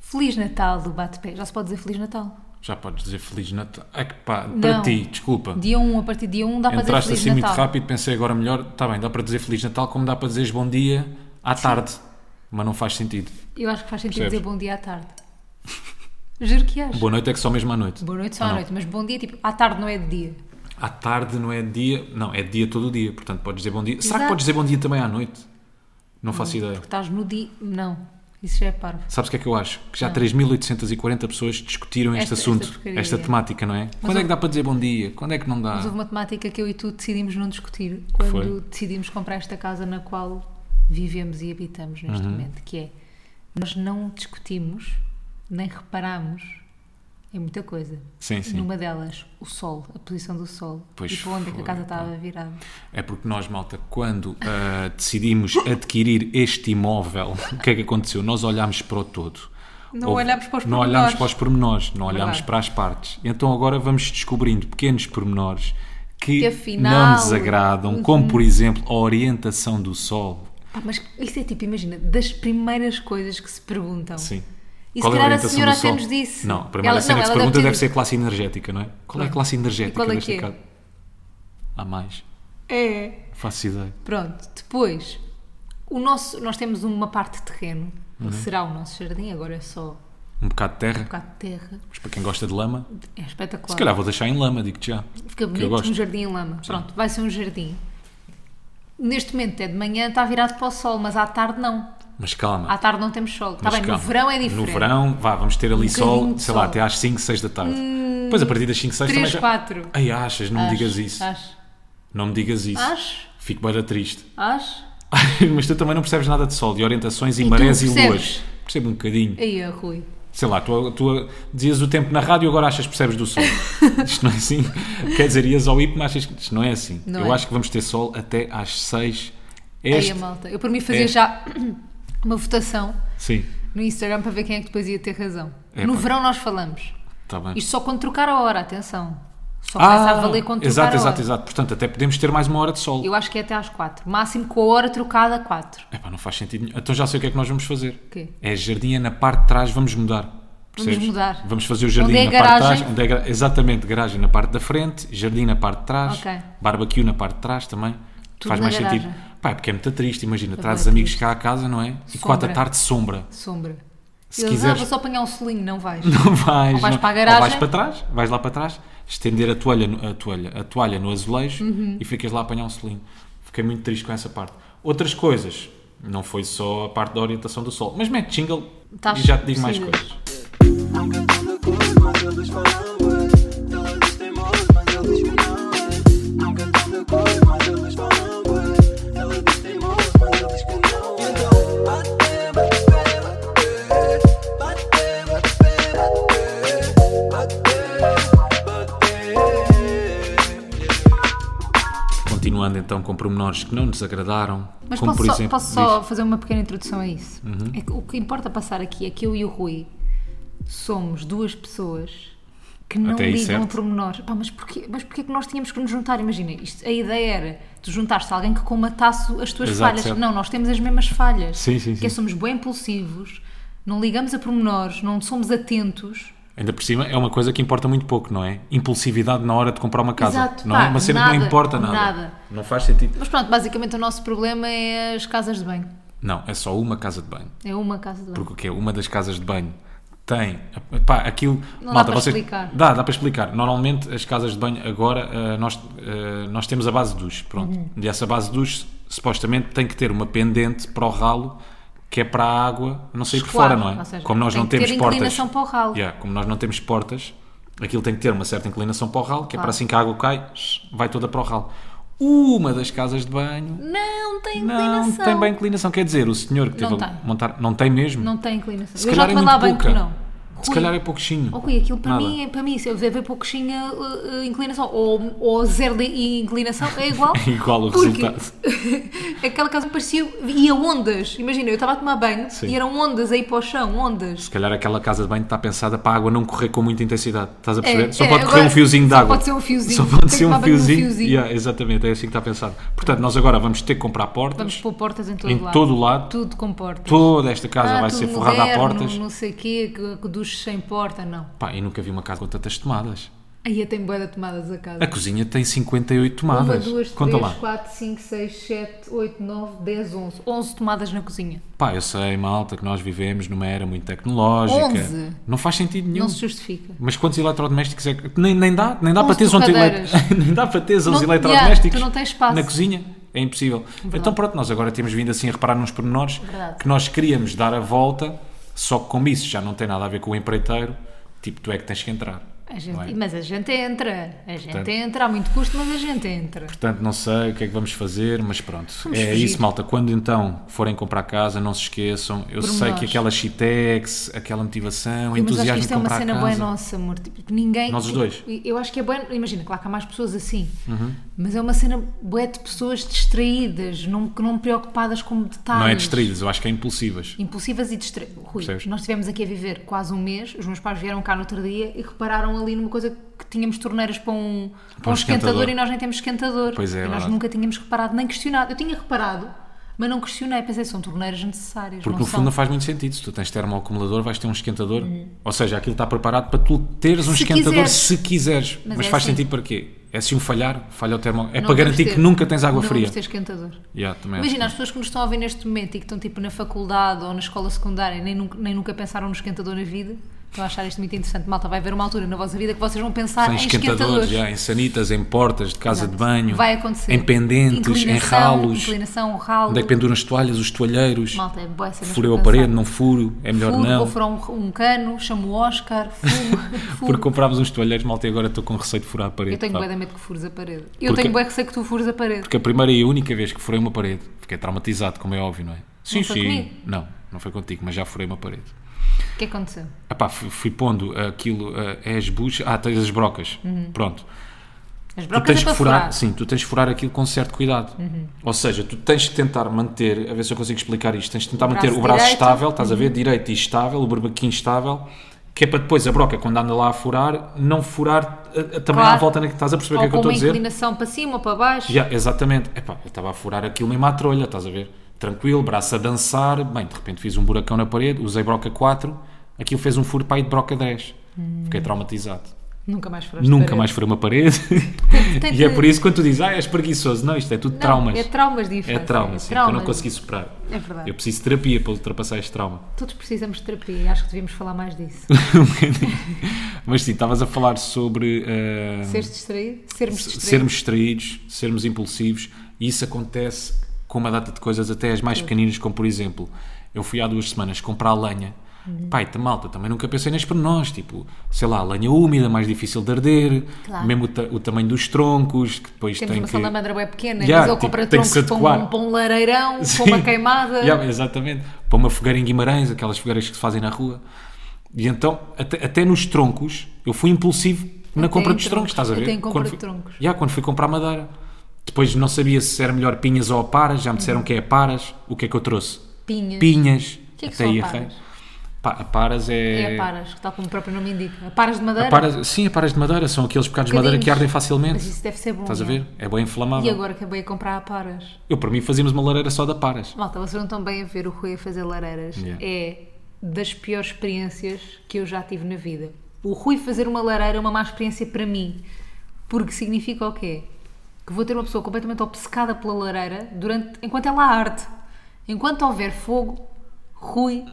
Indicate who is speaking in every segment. Speaker 1: Feliz Natal do Bate-Pé. Já se pode dizer Feliz Natal?
Speaker 2: Já podes dizer Feliz Natal. É que pá, para
Speaker 1: Não.
Speaker 2: ti, desculpa.
Speaker 1: Dia 1, a partir de dia 1 dá para
Speaker 2: Entraste
Speaker 1: dizer Feliz
Speaker 2: assim muito
Speaker 1: Natal.
Speaker 2: rápido, pensei agora melhor. Está bem, dá para dizer Feliz Natal como dá para dizeres bom dia à tarde. Mas não faz sentido.
Speaker 1: Eu acho que faz sentido
Speaker 2: Percebes?
Speaker 1: dizer bom dia à tarde. Juro que acho.
Speaker 2: Boa noite é que só mesmo à noite.
Speaker 1: Boa noite só
Speaker 2: Ah,
Speaker 1: à
Speaker 2: não.
Speaker 1: noite, mas bom dia, tipo, à tarde não é de dia.
Speaker 2: À tarde não é dia. Não, é dia todo o dia. Portanto, podes dizer bom dia. Será que
Speaker 1: Exato.
Speaker 2: podes dizer bom dia também à noite? Não faço ideia.
Speaker 1: Porque estás no dia. Não, isso já é parvo.
Speaker 2: Sabes o que é que eu acho? Que já 3.840 pessoas discutiram este
Speaker 1: Esta- esta
Speaker 2: assunto,
Speaker 1: porcaria.
Speaker 2: esta, temática, não é? Quando é que dá para dizer bom dia? Quando é que não dá?
Speaker 1: Mas houve uma temática que eu e tu decidimos não discutir quando
Speaker 2: foi?
Speaker 1: decidimos comprar esta casa na qual vivemos e habitamos neste
Speaker 2: Uhum.
Speaker 1: momento, que é nós não discutimos nem reparamos em muita coisa.
Speaker 2: Sim, sim.
Speaker 1: Numa delas, o sol, a posição do sol
Speaker 2: Pois
Speaker 1: e para onde é que
Speaker 2: foi,
Speaker 1: a casa
Speaker 2: pá.
Speaker 1: estava virada.
Speaker 2: É porque nós, malta, quando ah, decidimos adquirir este imóvel, o que é que aconteceu? Nós olhámos para o todo.
Speaker 1: Não olhámos para os
Speaker 2: Não olhámos
Speaker 1: pormenores.
Speaker 2: para os pormenores, não olhámos
Speaker 1: Verdade.
Speaker 2: para as partes. Então agora vamos descobrindo pequenos pormenores que,
Speaker 1: Que afinal- Uhum.
Speaker 2: não nos agradam, como por exemplo a orientação do sol.
Speaker 1: Pá, mas isso é tipo, imagina, das primeiras coisas que se perguntam.
Speaker 2: Sim. é
Speaker 1: E se calhar a senhora até nos disse.
Speaker 2: Não, a primeira
Speaker 1: Ela-
Speaker 2: cena
Speaker 1: não,
Speaker 2: que se
Speaker 1: ela deve
Speaker 2: pergunta
Speaker 1: ter
Speaker 2: deve
Speaker 1: dito.
Speaker 2: ser a classe energética, não é? Qual é a classe energética
Speaker 1: qual é
Speaker 2: desta
Speaker 1: que é?
Speaker 2: casa? Há mais.
Speaker 1: É.
Speaker 2: Faço ideia.
Speaker 1: Pronto, depois o nosso, nós temos uma parte de terreno,
Speaker 2: Uhum.
Speaker 1: que será o nosso jardim, agora é só um
Speaker 2: Um bocado de terra,
Speaker 1: bocado de terra.
Speaker 2: mas para quem gosta de lama,
Speaker 1: É espetacular.
Speaker 2: se calhar vou deixar em lama, digo-te já.
Speaker 1: Fica
Speaker 2: que eu
Speaker 1: bonito
Speaker 2: gosto.
Speaker 1: um jardim em lama. Pronto, vai ser um jardim. Neste momento é de manhã, está virado para o sol, mas à tarde não.
Speaker 2: Mas calma.
Speaker 1: À tarde não temos sol. Está
Speaker 2: mas
Speaker 1: Ah, tá bem,
Speaker 2: calma.
Speaker 1: no verão é diferente. Um
Speaker 2: No verão, vá, vamos ter ali sol,
Speaker 1: bocadinho de
Speaker 2: sei lá,
Speaker 1: sol. Hum,
Speaker 2: até às 5, 6 da tarde. Depois a partir das 5, 6 também
Speaker 1: 3,
Speaker 2: já...
Speaker 1: 4.
Speaker 2: Ai, achas, não me digas isso.
Speaker 1: Acho.
Speaker 2: Não me digas isso.
Speaker 1: Acho.
Speaker 2: Fico bem triste.
Speaker 1: Acho.
Speaker 2: mas tu também não percebes nada de sol, de orientações e,
Speaker 1: tu
Speaker 2: marés e
Speaker 1: percebes?
Speaker 2: luas. Percebo um bocadinho.
Speaker 1: Aí, ó, Rui.
Speaker 2: Sei lá, tu, tu dizias o tempo na rádio e agora achas que percebes do sol. isto não é assim. Quer dizer, ias ao IP, mas achas que isto não é assim.
Speaker 1: Não
Speaker 2: Eu
Speaker 1: é.
Speaker 2: acho que vamos ter sol até às 6.
Speaker 1: Aí,
Speaker 2: Este.
Speaker 1: a malta. Eu, por mim, fazia
Speaker 2: este-
Speaker 1: já uma votação
Speaker 2: Sim,
Speaker 1: no Instagram para ver quem é que depois ia ter razão.
Speaker 2: É,
Speaker 1: no
Speaker 2: pá. Ah.
Speaker 1: verão nós falamos.
Speaker 2: está tá bem.
Speaker 1: Isto só quando trocar a hora, atenção. Só começa a valer quando trocar
Speaker 2: Ah, exato,
Speaker 1: a hora.
Speaker 2: exato, exato. Portanto, até podemos ter mais uma hora de sol.
Speaker 1: Eu acho que é até às 4. Máximo com a hora trocada, 4.
Speaker 2: Epá, não faz sentido nenhum. Então já sei o que é que nós vamos fazer.
Speaker 1: quê?
Speaker 2: É jardim, é na parte de trás, vamos mudar. percebes?
Speaker 1: mudar.
Speaker 2: Vamos fazer o jardim
Speaker 1: Onde é
Speaker 2: na parte de trás.
Speaker 1: garagem?
Speaker 2: Onde é gra- Exatamente, garagem na parte da frente, jardim na parte de trás,
Speaker 1: Ok.
Speaker 2: barbecue na parte de trás também.
Speaker 1: Tudo
Speaker 2: Faz
Speaker 1: na
Speaker 2: mais
Speaker 1: garagem.
Speaker 2: sentido. Pá, é porque é muito triste, imagina,
Speaker 1: bué
Speaker 2: trazes amigos
Speaker 1: triste.
Speaker 2: cá à casa, não é? E
Speaker 1: Sombra.
Speaker 2: quatro da tarde sombra.
Speaker 1: Sombra.
Speaker 2: Se
Speaker 1: Eles,
Speaker 2: quiseres-
Speaker 1: ah, vou só apanhar um solinho, não vais.
Speaker 2: Não vais,
Speaker 1: Ou vais
Speaker 2: não.
Speaker 1: para a garagem.
Speaker 2: Ou vais para trás, vais lá para trás, estender a toalha, no- a toalha, a toalha no azulejo
Speaker 1: Uhum.
Speaker 2: e ficas lá a apanhar um selinho. Fiquei muito triste com essa parte. Outras coisas, não foi só a parte da orientação do sol, mas mete jingle
Speaker 1: Tás-
Speaker 2: e já te digo mais
Speaker 1: precisas.
Speaker 2: coisas.
Speaker 3: Não cantando cores, mas eles falam bué. Ela diz teimoso, mas ele diz que não é. Não cantando cores, mas eles falam bué. Ela diz teimoso, mas ele diz que não é. Então, bate, bate, bate, bate, bate, bate, bate, bate.
Speaker 2: Continuando então com pormenores que não nos agradaram,
Speaker 1: Mas
Speaker 2: como
Speaker 1: posso,
Speaker 2: por
Speaker 1: só,
Speaker 2: exemplo. Uhum.
Speaker 1: posso só fazer uma pequena introdução a isso? É que o que importa passar aqui é que eu e o Rui somos duas pessoas que não
Speaker 2: Até aí,
Speaker 1: ligam
Speaker 2: certo.
Speaker 1: a pormenores. Pá, mas porquê, mas porquê que nós tínhamos que nos juntar? Imagina, isto, a ideia era tu juntaste alguém que comatasse as tuas
Speaker 2: Exato,
Speaker 1: falhas.
Speaker 2: certo.
Speaker 1: Não, nós temos as mesmas falhas.
Speaker 2: Sim, sim,
Speaker 1: que é
Speaker 2: sim.
Speaker 1: somos bem impulsivos, não ligamos a pormenores, não somos atentos.
Speaker 2: Ainda por cima é uma coisa que importa muito pouco, não é? Impulsividade na hora de comprar uma casa.
Speaker 1: Exato,
Speaker 2: não é?
Speaker 1: pá,
Speaker 2: Uma cena que não
Speaker 1: nada,
Speaker 2: importa nada.
Speaker 1: nada.
Speaker 2: Não faz sentido.
Speaker 1: Mas pronto, basicamente o nosso problema é as casas de banho.
Speaker 2: Não, é só uma casa de banho.
Speaker 1: É uma casa de banho.
Speaker 2: Porque o quê? Uma das casas de banho tem. Pá, aquilo.
Speaker 1: Não dá para explicar.
Speaker 2: Dá, dá para explicar. Normalmente as casas de banho agora ah, nós, ah, nós temos a base de duche. Pronto.
Speaker 1: Uhum.
Speaker 2: E essa base de duche supostamente tem que ter uma pendente para o ralo que é para a água não sair por
Speaker 1: Escoar,
Speaker 2: fora, não é?
Speaker 1: ou seja,
Speaker 2: como nós
Speaker 1: tem
Speaker 2: não
Speaker 1: que ter
Speaker 2: temos portas.
Speaker 1: inclinação para o ralo.
Speaker 2: Yeah, como nós não temos portas, aquilo tem que ter uma certa inclinação para o ralo, que
Speaker 1: Ah.
Speaker 2: é para assim que a água cai, vai toda para o ralo. Uma das casas de banho
Speaker 1: Não tem
Speaker 2: não
Speaker 1: inclinação.
Speaker 2: tem bem inclinação. Quer dizer, o senhor que
Speaker 1: Não
Speaker 2: teve a
Speaker 1: tem.
Speaker 2: montar. Não tem mesmo?
Speaker 1: Não tem inclinação.
Speaker 2: Se
Speaker 1: eu já
Speaker 2: calhar é
Speaker 1: tomei lá
Speaker 2: muito
Speaker 1: banho, tu
Speaker 2: pouca.
Speaker 1: não.
Speaker 2: Se calhar é pouco chinho.
Speaker 1: Oh, Rui, aquilo para
Speaker 2: Nada.
Speaker 1: mim, é- para mim, se eu ver pouco coxinha, uh, uh, inclinação, ou, ou zero de inclinação, é igual.
Speaker 2: É igual o
Speaker 1: Porque
Speaker 2: resultado.
Speaker 1: aquela casa parecia, ia ondas, imagina, eu estava a tomar banho
Speaker 2: Sim.
Speaker 1: e eram ondas aí para o chão, ondas.
Speaker 2: Se calhar aquela casa de banho está pensada para a água não correr com muita intensidade. Estás a
Speaker 1: É,
Speaker 2: perceber? só
Speaker 1: é,
Speaker 2: pode correr
Speaker 1: agora
Speaker 2: um fiozinho de
Speaker 1: só
Speaker 2: água.
Speaker 1: pode ser um fiozinho.
Speaker 2: Só pode
Speaker 1: Tem que
Speaker 2: ser um
Speaker 1: tomar banho num
Speaker 2: fiozinho.
Speaker 1: fiozinho.
Speaker 2: Yeah, exatamente, é assim que está pensado. Portanto, nós agora vamos ter que comprar portas.
Speaker 1: Vamos pôr portas em todo
Speaker 2: em
Speaker 1: lado.
Speaker 2: todo o lado.
Speaker 1: Tudo com portas.
Speaker 2: Toda esta casa vai ser forrada
Speaker 1: moderno,
Speaker 2: a portas.
Speaker 1: Não sei o quê, que, que duches sem porta, não.
Speaker 2: Pá, eu nunca vi uma casa com tantas tomadas.
Speaker 1: Aí tem boia de tomadas a casa.
Speaker 2: A cozinha tem 58 tomadas.
Speaker 1: 1, 2,
Speaker 2: Conta
Speaker 1: 3,
Speaker 2: lá.
Speaker 1: 4, 5, 6, 7, 8, 9, 10, 11. 11 tomadas na cozinha.
Speaker 2: Pá, eu sei, malta, que nós vivemos numa era muito tecnológica.
Speaker 1: Onze.
Speaker 2: Não faz sentido nenhum.
Speaker 1: Não se justifica.
Speaker 2: Mas quantos eletrodomésticos é que. Nem, nem dá, nem dá
Speaker 1: Onze
Speaker 2: para teres um tele-
Speaker 1: torradeiras.
Speaker 2: Nem dá para teres uns
Speaker 1: Não-
Speaker 2: eletrodomésticos.
Speaker 1: yeah, tu não tens espaço.
Speaker 2: Na cozinha. É impossível. Então pronto, nós agora temos vindo assim a reparar nos pormenores
Speaker 1: Verdade.
Speaker 2: que nós queríamos dar a volta, só que como isso já não tem nada a ver com o empreiteiro, tipo, tu é que tens que entrar.
Speaker 1: A gente-
Speaker 2: não é?
Speaker 1: Mas a gente entra. A gente
Speaker 2: Portanto-
Speaker 1: entra, há muito custo, mas a gente entra.
Speaker 2: Portanto, não sei o que é que vamos fazer, mas pronto.
Speaker 1: Vamos
Speaker 2: é
Speaker 1: fugir.
Speaker 2: isso, malta. Quando então forem comprar casa, não se esqueçam. Eu sei
Speaker 1: Pormenores.
Speaker 2: que aquela shitex, aquela motivação,
Speaker 1: Mas acho que
Speaker 2: entusiasmo de
Speaker 1: isto é uma
Speaker 2: comprar
Speaker 1: cena boa
Speaker 2: casa.
Speaker 1: nossa, amor. Tipo, que ninguém.
Speaker 2: Nós os dois. Uhum.
Speaker 1: Eu acho que é boa. Imagina, claro que há mais pessoas assim. Mas é uma cena boa de pessoas distraídas, não, que não preocupadas com detalhes.
Speaker 2: não é distraídas, eu acho que é impulsivas.
Speaker 1: Impulsivas e distraídas. Rui,
Speaker 2: Percebes?
Speaker 1: nós estivemos aqui a viver quase um mês, os meus pais vieram cá no outro dia e repararam ali numa coisa que tínhamos torneiras para um, para um esquentador.
Speaker 2: esquentador.
Speaker 1: e nós nem temos esquentador.
Speaker 2: Pois é,
Speaker 1: e
Speaker 2: é
Speaker 1: nós
Speaker 2: verdade.
Speaker 1: nunca tínhamos reparado, nem questionado. Eu tinha reparado, mas não questionei. Pensei, são torneiras necessárias.
Speaker 2: Porque
Speaker 1: não
Speaker 2: no
Speaker 1: são. Hum.
Speaker 2: fundo não faz muito sentido. Se tu tens termoacumulador, vais ter um esquentador. Ou seja, aquilo está preparado para tu teres um
Speaker 1: Se
Speaker 2: esquentador
Speaker 1: quiseres.
Speaker 2: se quiseres. Mas,
Speaker 1: Mas é
Speaker 2: faz
Speaker 1: assim.
Speaker 2: sentido para quê? É se um falhar, falha o termo. É
Speaker 1: Não
Speaker 2: para
Speaker 1: vamos
Speaker 2: garantir
Speaker 1: ter-
Speaker 2: que nunca tens água
Speaker 1: não
Speaker 2: fria.
Speaker 1: Vamos ter esquentador.
Speaker 2: Yeah, também acho
Speaker 1: Imagina, as pessoas que nos estão a ouvir neste momento e que estão tipo na faculdade ou na escola secundária e nem nunca, nem nunca pensaram no esquentador na vida, estão a achar isto muito interessante. Malta, vai haver uma altura na vossa vida que vocês vão pensar
Speaker 2: Sem
Speaker 1: em
Speaker 2: esquentadores,
Speaker 1: esquentadores.
Speaker 2: já, em sanitas, em portas de casa
Speaker 1: Exato.
Speaker 2: de banho,
Speaker 1: Vai acontecer.
Speaker 2: em pendentes, em
Speaker 1: Inclinação,
Speaker 2: ralos,
Speaker 1: Inclinação, um ralo.
Speaker 2: onde é que penduram as toalhas, os toalheiros,
Speaker 1: Malta, é boa essa
Speaker 2: furei a parede, não furo, é melhor
Speaker 1: furo,
Speaker 2: não.
Speaker 1: Vou furar um, um cano, chamo o Oscar, furo, furo.
Speaker 2: Porque comprámos uns toalheiros, malta, e agora estou com receio de furar a parede.
Speaker 1: Eu tenho
Speaker 2: pá.
Speaker 1: bué de medo que fures a parede. Eu
Speaker 2: Porque-
Speaker 1: tenho bué que sei que tu fures a parede.
Speaker 2: Porque a primeira e única vez que furei uma parede, fiquei traumatizado, como é óbvio, não é? Sim,
Speaker 1: foi
Speaker 2: sim.
Speaker 1: comigo?
Speaker 2: Não, não foi contigo, mas já furei uma parede.
Speaker 1: O que aconteceu?
Speaker 2: Epá, fui, fui pondo aquilo, eh, é as buchas, ah, tens as brocas, pronto.
Speaker 1: As
Speaker 2: tu
Speaker 1: Uhum. brocas
Speaker 2: tens
Speaker 1: é
Speaker 2: que
Speaker 1: para
Speaker 2: furar,
Speaker 1: furar. Uhum.
Speaker 2: sim, tu tens que furar aquilo com certo cuidado. Ou seja, tu tens que tentar manter, a ver se eu consigo explicar isto, tens de tentar manter
Speaker 1: braço
Speaker 2: o braço
Speaker 1: direito. Uhum.
Speaker 2: estável, estás a ver, direito e estável, o berbaquinho estável, que é para depois a broca, quando anda lá a furar, não furar eh, eh, também
Speaker 1: Claro.
Speaker 2: à volta, na que estás a perceber o que
Speaker 1: Ou
Speaker 2: é que eu
Speaker 1: com
Speaker 2: estou a
Speaker 1: uma
Speaker 2: dizer?
Speaker 1: inclinação para cima ou para baixo.
Speaker 2: Já, exatamente. Epá, eu estava a furar aquilo mesmo à trolha, estás a ver? Tranquilo, braço a dançar. Bem, de repente fiz um buracão na parede, usei broca 4, aquilo fez um furo para aí de broca 10. Fiquei traumatizado.
Speaker 1: Nunca mais furaste
Speaker 2: Nunca
Speaker 1: parede.
Speaker 2: mais furei uma parede.
Speaker 1: tem
Speaker 2: e é
Speaker 1: que-
Speaker 2: por isso que quando tu dizes, ah, és preguiçoso. Não, isto é tudo
Speaker 1: Não,
Speaker 2: traumas.
Speaker 1: É traumas de
Speaker 2: É
Speaker 1: infância.
Speaker 2: trauma, sim, que eu não
Speaker 1: traumas.
Speaker 2: consegui superar.
Speaker 1: É verdade.
Speaker 2: Eu preciso de terapia para ultrapassar este trauma.
Speaker 1: Todos precisamos de terapia. Acho que devíamos falar mais disso.
Speaker 2: Um bocadinho. Mas sim, estavas a falar sobre. ah,
Speaker 1: Seres distraído? Sermos
Speaker 2: Se-
Speaker 1: distraídos.
Speaker 2: sermos distraídos, sermos impulsivos, e isso acontece com uma data de coisas, até as mais pequeninas, como por exemplo, eu fui há duas semanas comprar lenha.
Speaker 1: Uhum.
Speaker 2: Pai, tá malta, também nunca pensei nestes pormenores, tipo, sei lá, lenha úmida, mais difícil de arder,
Speaker 1: Claro.
Speaker 2: mesmo o, ta- o tamanho dos troncos, que depois
Speaker 1: Temos
Speaker 2: tem
Speaker 1: uma
Speaker 2: que...
Speaker 1: salamandra bem pequena, mas
Speaker 2: Yeah,
Speaker 1: ele
Speaker 2: tipo,
Speaker 1: compra
Speaker 2: tem que se
Speaker 1: troncos para um,
Speaker 2: adequar.
Speaker 1: para um lareirão, para
Speaker 2: Sim.
Speaker 1: uma queimada.
Speaker 2: Yeah, exatamente. Para uma fogueira em Guimarães, aquelas fogueiras que se fazem na rua. E então, até, até nos troncos, eu fui impulsivo na
Speaker 1: Até
Speaker 2: compra
Speaker 1: em
Speaker 2: dos
Speaker 1: troncos.
Speaker 2: troncos, estás a ver?
Speaker 1: Até em compra
Speaker 2: quando
Speaker 1: de
Speaker 2: fui,
Speaker 1: troncos.
Speaker 2: Yeah, quando fui comprar madeira. Depois não sabia se era melhor pinhas ou aparas, já me disseram que é aparas. O que é que eu trouxe?
Speaker 1: Uhum. Pinhas.
Speaker 2: Pinhas.
Speaker 1: que é que
Speaker 2: até
Speaker 1: são
Speaker 2: aí
Speaker 1: aparas?
Speaker 2: errei. Pá, aparas
Speaker 1: É
Speaker 2: é...
Speaker 1: aparas, que tal como o próprio nome indica. Aparas de madeira?
Speaker 2: aparas- Sim, aparas de madeira. São aqueles bocados de madeira que
Speaker 1: Bocadinhos.
Speaker 2: ardem facilmente.
Speaker 1: Mas isso deve ser bom.
Speaker 2: Estás a
Speaker 1: é?
Speaker 2: ver? É bem inflamável.
Speaker 1: E agora acabei a comprar aparas.
Speaker 2: Eu, para mim, fazíamos uma lareira só de aparas.
Speaker 1: Malta, vocês não estão bem a ver o Rui a fazer lareiras.
Speaker 2: Yeah.
Speaker 1: É das piores experiências que eu já tive na vida. O Rui fazer uma lareira é uma má experiência para mim. Porque significa o quê? Que vou ter uma pessoa completamente obcecada pela lareira durante, enquanto ela arde. Enquanto houver fogo, Rui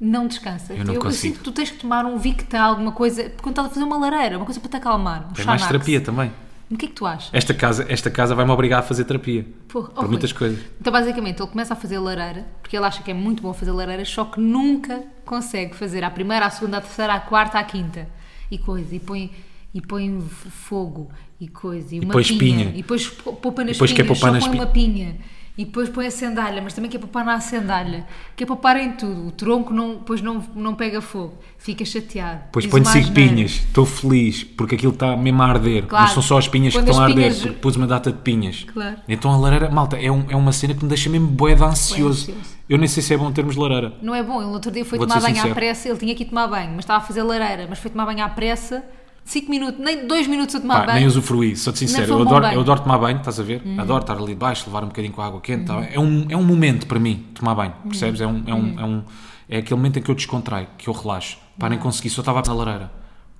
Speaker 1: não descansa.
Speaker 2: Eu não consigo.
Speaker 1: sinto que tu tens que tomar um Victal, alguma coisa, porque quando estás a fazer uma lareira, uma coisa para te acalmar. Um
Speaker 2: É mais
Speaker 1: Xanax.
Speaker 2: terapia também.
Speaker 1: O que é que tu achas?
Speaker 2: Esta casa, esta casa vai-me obrigar a fazer terapia.
Speaker 1: Porra, oh,
Speaker 2: por muitas
Speaker 1: Rui.
Speaker 2: coisas.
Speaker 1: Então, basicamente, ele começa a fazer lareira, porque ele acha que é muito bom fazer lareiras, só que nunca consegue fazer à primeira, à segunda, à terceira, à quarta, à quinta. E coisa, e põe, e põe f- fogo, e coisa, e uma
Speaker 2: põe
Speaker 1: pinha,
Speaker 2: espinha.
Speaker 1: e depois p- poupa nas
Speaker 2: depois quer
Speaker 1: pinhas,
Speaker 2: poupar
Speaker 1: só
Speaker 2: nas
Speaker 1: põe
Speaker 2: pin-
Speaker 1: uma pinha. E depois põe a sandália, mas também quer papar na sandália. Quer papar em tudo. O tronco não, depois não, não pega fogo. Fica chateado.
Speaker 2: Depois
Speaker 1: Diz
Speaker 2: ponho
Speaker 1: uma
Speaker 2: 5
Speaker 1: asneira.
Speaker 2: pinhas, estou feliz, porque aquilo está mesmo a arder.
Speaker 1: Claro.
Speaker 2: Mas são só as pinhas
Speaker 1: Quando
Speaker 2: que estão
Speaker 1: as
Speaker 2: a arder,
Speaker 1: pinhas-
Speaker 2: porque pus uma data de pinhas.
Speaker 1: Claro.
Speaker 2: Então a lareira, malta, é, um- é uma cena que me deixa mesmo boeda ansioso.
Speaker 1: ansioso.
Speaker 2: Eu nem sei se é bom termos lareira.
Speaker 1: Não é bom. Ele no outro dia foi
Speaker 2: Vou-te
Speaker 1: tomar
Speaker 2: ser
Speaker 1: banho à
Speaker 2: sincero.
Speaker 1: pressa. Ele tinha que ir tomar banho, mas estava a fazer lareira. Mas foi tomar banho à pressa. 5 minutos, nem 2 minutos a tomar
Speaker 2: Pá,
Speaker 1: banho.
Speaker 2: nem usufruí, sou-te
Speaker 1: Nem
Speaker 2: sincero.
Speaker 1: foi
Speaker 2: Eu
Speaker 1: um bom
Speaker 2: adoro,
Speaker 1: banho. Uhum.
Speaker 2: eu adoro tomar banho, estás a ver? Adoro estar ali debaixo, levar um bocadinho com a água quente. tá bem? É, um, é um momento para mim tomar banho,
Speaker 1: Uhum.
Speaker 2: percebes? É, um, é, um, é, um, é aquele momento em que eu descontraio, que eu relaxo. Pá,
Speaker 1: Uhum.
Speaker 2: nem consegui, só estava na lareira.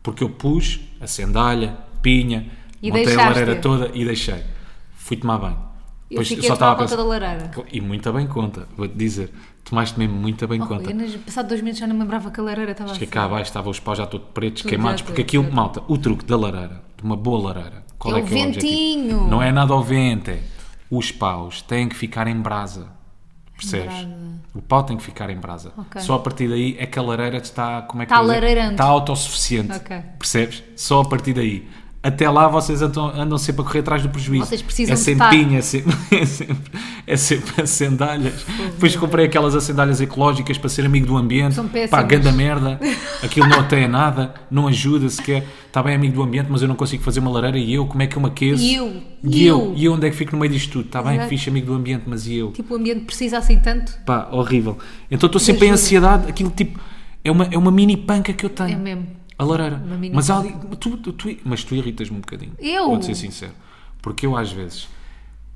Speaker 2: Porque eu pus a sandália, pinha,
Speaker 1: E
Speaker 2: montei a
Speaker 1: deixaste.
Speaker 2: lareira toda e deixei. Fui tomar banho.
Speaker 1: Eu
Speaker 2: Depois
Speaker 1: fiquei a tomar conta
Speaker 2: pensar-
Speaker 1: da lareira.
Speaker 2: E muita bem conta, vou-te dizer. Tomaste mesmo muita bem conta.
Speaker 1: Oh, Eu, nas- passado 2 minutos já não me lembrava que a lareira estava
Speaker 2: Acho que
Speaker 1: assim.
Speaker 2: cá abaixo estavam os paus já todos pretos,
Speaker 1: Tudo
Speaker 2: queimados,
Speaker 1: já
Speaker 2: porque
Speaker 1: todo
Speaker 2: aquilo,
Speaker 1: preto.
Speaker 2: malta, o truque da lareira, de uma boa lareira, qual
Speaker 1: É
Speaker 2: é,
Speaker 1: o
Speaker 2: que é o objetivo?
Speaker 1: ventinho.
Speaker 2: Não é nada ao vento, é os paus têm que ficar em brasa, percebes?
Speaker 1: brasa.
Speaker 2: O pau tem que ficar em brasa.
Speaker 1: Ok.
Speaker 2: Só a partir daí é que a lareira está, como é que
Speaker 1: Está
Speaker 2: eu ia dizer?
Speaker 1: lareirante.
Speaker 2: está autossuficiente,
Speaker 1: Ok.
Speaker 2: percebes? Só a partir daí. Até lá vocês andam, andam sempre a correr atrás do prejuízo.
Speaker 1: Vocês precisam
Speaker 2: é
Speaker 1: de
Speaker 2: sempre
Speaker 1: estar.
Speaker 2: pinha, é sempre, é sempre, é sempre as sandálias. Depois comprei aquelas sandálias ecológicas para ser amigo do ambiente.
Speaker 1: São
Speaker 2: Pá,
Speaker 1: péssimas.
Speaker 2: ganda merda, aquilo não até nada, não ajuda sequer. Está bem amigo do ambiente, mas eu não consigo fazer uma lareira e eu, como é que eu me aqueço?
Speaker 1: E eu?
Speaker 2: E
Speaker 1: E
Speaker 2: eu?
Speaker 1: eu?
Speaker 2: E eu onde é que fico no meio disto tudo? Está bem,
Speaker 1: Exato.
Speaker 2: fixe amigo do ambiente, mas e eu?
Speaker 1: Tipo, o ambiente precisa assim tanto.
Speaker 2: Pá, horrível. Então estou sempre em
Speaker 1: ajuda.
Speaker 2: ansiedade, aquilo tipo, é uma, é uma mini panca que eu tenho.
Speaker 1: É mesmo.
Speaker 2: A lareira.
Speaker 1: Uma mini
Speaker 2: Mas, há ali, tu, tu, tu- mas tu irritas-me um bocadinho.
Speaker 1: Eu?
Speaker 2: Vou-te ser sincero. Porque eu às vezes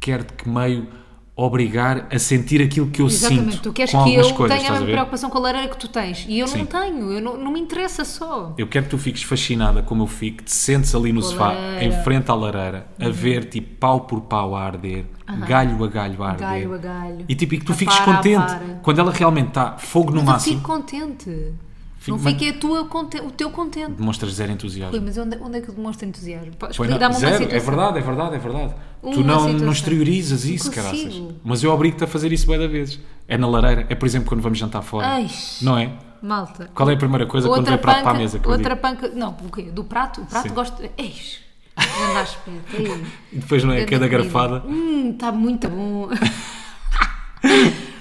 Speaker 2: quero-te que meio obrigar a sentir aquilo que eu
Speaker 1: Exatamente,
Speaker 2: sinto
Speaker 1: tu queres
Speaker 2: com
Speaker 1: que eu
Speaker 2: algumas coisas,
Speaker 1: tenha a
Speaker 2: estás a
Speaker 1: mesma
Speaker 2: ver?
Speaker 1: preocupação com a lareira que tu tens. E eu
Speaker 2: Sim.
Speaker 1: não tenho, eu não, não me interessa só.
Speaker 2: Eu quero que tu fiques fascinada como eu fico, te sentes ali no
Speaker 1: Com a
Speaker 2: sofá,
Speaker 1: lareira. Uhum.
Speaker 2: em frente à lareira, a ver tipo pau por pau a arder, galho a galho a arder.
Speaker 1: Galho a galho.
Speaker 2: E tipo, e que tu
Speaker 1: A
Speaker 2: fiques
Speaker 1: para a
Speaker 2: contente
Speaker 1: para.
Speaker 2: quando ela realmente está fogo no
Speaker 1: Mas eu
Speaker 2: máximo.
Speaker 1: fico contente.
Speaker 2: Fico-
Speaker 1: não fica a tua conte- o teu contente.
Speaker 2: Demonstras zero entusiasmo.
Speaker 1: Rui, mas onde, onde é que eu demonstro entusiasmo? Podes
Speaker 2: Pois Tipo, não,
Speaker 1: dar-me uma
Speaker 2: zero,
Speaker 1: situação.
Speaker 2: é verdade, é verdade, é verdade.
Speaker 1: Uma
Speaker 2: tu não,
Speaker 1: situação.
Speaker 2: não exteriorizas
Speaker 1: Não
Speaker 2: isso,
Speaker 1: consigo.
Speaker 2: caraças. Mas eu obrigo-te a fazer isso bem da vez. É na lareira, é por exemplo quando vamos jantar fora.
Speaker 1: Ai.
Speaker 2: Não é?
Speaker 1: Malta.
Speaker 2: Qual é a primeira coisa quando vem prato para a mesa? que eu
Speaker 1: outra
Speaker 2: digo?
Speaker 1: panca. Não, o quê? Do prato? O prato
Speaker 2: Sim.
Speaker 1: gosto. Eis! Anda à espeta. ei.
Speaker 2: E depois não é
Speaker 1: Grande
Speaker 2: cada
Speaker 1: comida.
Speaker 2: garfada.
Speaker 1: Hum, está muito bom.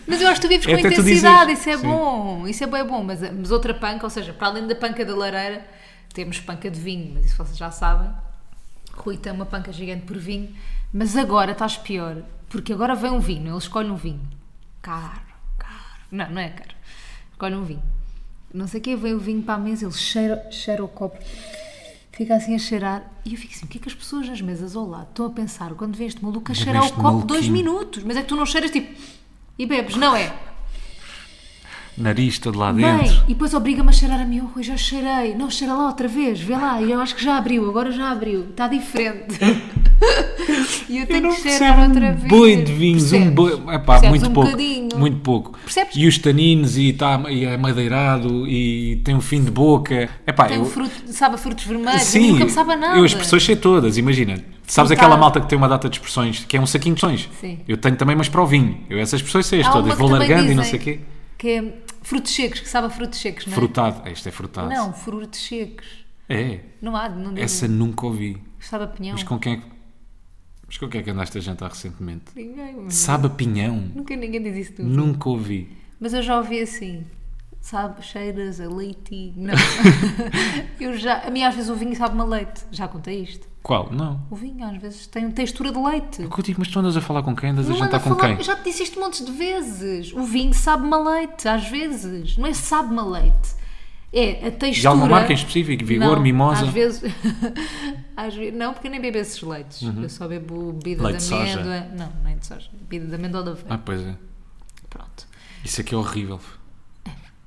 Speaker 1: mas eu acho que tu vives
Speaker 2: É
Speaker 1: com
Speaker 2: até tu
Speaker 1: intensidade,
Speaker 2: dizes.
Speaker 1: isso é
Speaker 2: Sim.
Speaker 1: bom, isso é bem bom. Mas, mas outra panca, ou seja, para além da panca da lareira, temos panca de vinho, mas isso vocês já sabem. Rui tem uma panca gigante por vinho, mas agora estás pior, porque agora vem um vinho, ele escolhe um vinho. Caro, caro. Não, não é caro. Escolhe um vinho. Não sei o quê, vem o vinho para a mesa, ele cheira, cheira o copo fica assim a cheirar e eu fico assim, o que é que as pessoas nas mesas ao lado estão a pensar quando vês este maluco a
Speaker 2: Ainda
Speaker 1: cheirar o
Speaker 2: bem este
Speaker 1: copo dois
Speaker 2: maluquinho.
Speaker 1: minutos, mas é que tu não cheiras tipo e bebes, não é?
Speaker 2: Nariz todo lá
Speaker 1: Bem,
Speaker 2: dentro.
Speaker 1: e depois obriga-me a cheirar a mim, oh, eu já cheirei, não, cheira lá outra vez, vê lá, e eu acho que já abriu, agora já abriu, está diferente. e eu tenho que cheirar outra
Speaker 2: um
Speaker 1: vez.
Speaker 2: boi de vinhos,
Speaker 1: Percebes?
Speaker 2: um boi, epá,
Speaker 1: Percebes?
Speaker 2: muito
Speaker 1: um
Speaker 2: pouco,
Speaker 1: bocadinho.
Speaker 2: muito pouco.
Speaker 1: Percebes?
Speaker 2: E os taninos e, tá, e é madeirado e tem um fim de boca. Epá,
Speaker 1: Tem um
Speaker 2: eu,
Speaker 1: fruto, sabe a frutos vermelhos, a mim
Speaker 2: Sim,
Speaker 1: Ah, nunca me sabe a nada.
Speaker 2: eu as pessoas sei todas, imagina. Sabes
Speaker 1: Não
Speaker 2: aquela
Speaker 1: tá.
Speaker 2: malta que tem uma data de expressões, que é um saquinho de expressões?
Speaker 1: Sim.
Speaker 2: Eu tenho também, mas para o vinho. Eu essas expressões sei as
Speaker 1: Há
Speaker 2: todas,
Speaker 1: uma que
Speaker 2: vou
Speaker 1: também
Speaker 2: largando e não sei
Speaker 1: dizem
Speaker 2: o quê.
Speaker 1: Que é frutos secos, que sabe a frutos secos, não é?
Speaker 2: Frutado, este é frutado.
Speaker 1: Não, frutos secos.
Speaker 2: É,
Speaker 1: Não há, não digo.
Speaker 2: essa nunca ouvi.
Speaker 1: Sabe a pinhão?
Speaker 2: Mas com quem é que, mas com quem é que andaste a jantar recentemente?
Speaker 1: Ninguém, mano.
Speaker 2: Sabe a pinhão?
Speaker 1: Nunca ninguém diz isso tudo.
Speaker 2: Nunca ouvi.
Speaker 1: Mas eu já ouvi assim. Sabe, cheiras a leite. Não. eu já, a mim às vezes o vinho sabe-me a leite. Já contei isto.
Speaker 2: Qual? Não.
Speaker 1: O vinho às vezes tem textura de leite.
Speaker 2: Eu digo, mas tu andas a falar com quem? Andas a
Speaker 1: Não anda
Speaker 2: jantar
Speaker 1: a
Speaker 2: com
Speaker 1: falar-
Speaker 2: quem?
Speaker 1: Eu já te disse isto montes de vezes. O vinho sabe-me a leite, às vezes. Não é sabe-me a leite. É a textura.
Speaker 2: alguma marca em específico? Vigor,
Speaker 1: Não,
Speaker 2: Mimosa?
Speaker 1: Às vezes. às vezes- Não, porque eu nem bebo esses leites. Eu só bebo bebida
Speaker 2: Uhum. Leite de
Speaker 1: de
Speaker 2: soja.
Speaker 1: amêndoa. Não, nem de soja. Bebida de amêndoa ou de aveia.
Speaker 2: Ah, pois é.
Speaker 1: Pronto.
Speaker 2: Isso aqui é horrível.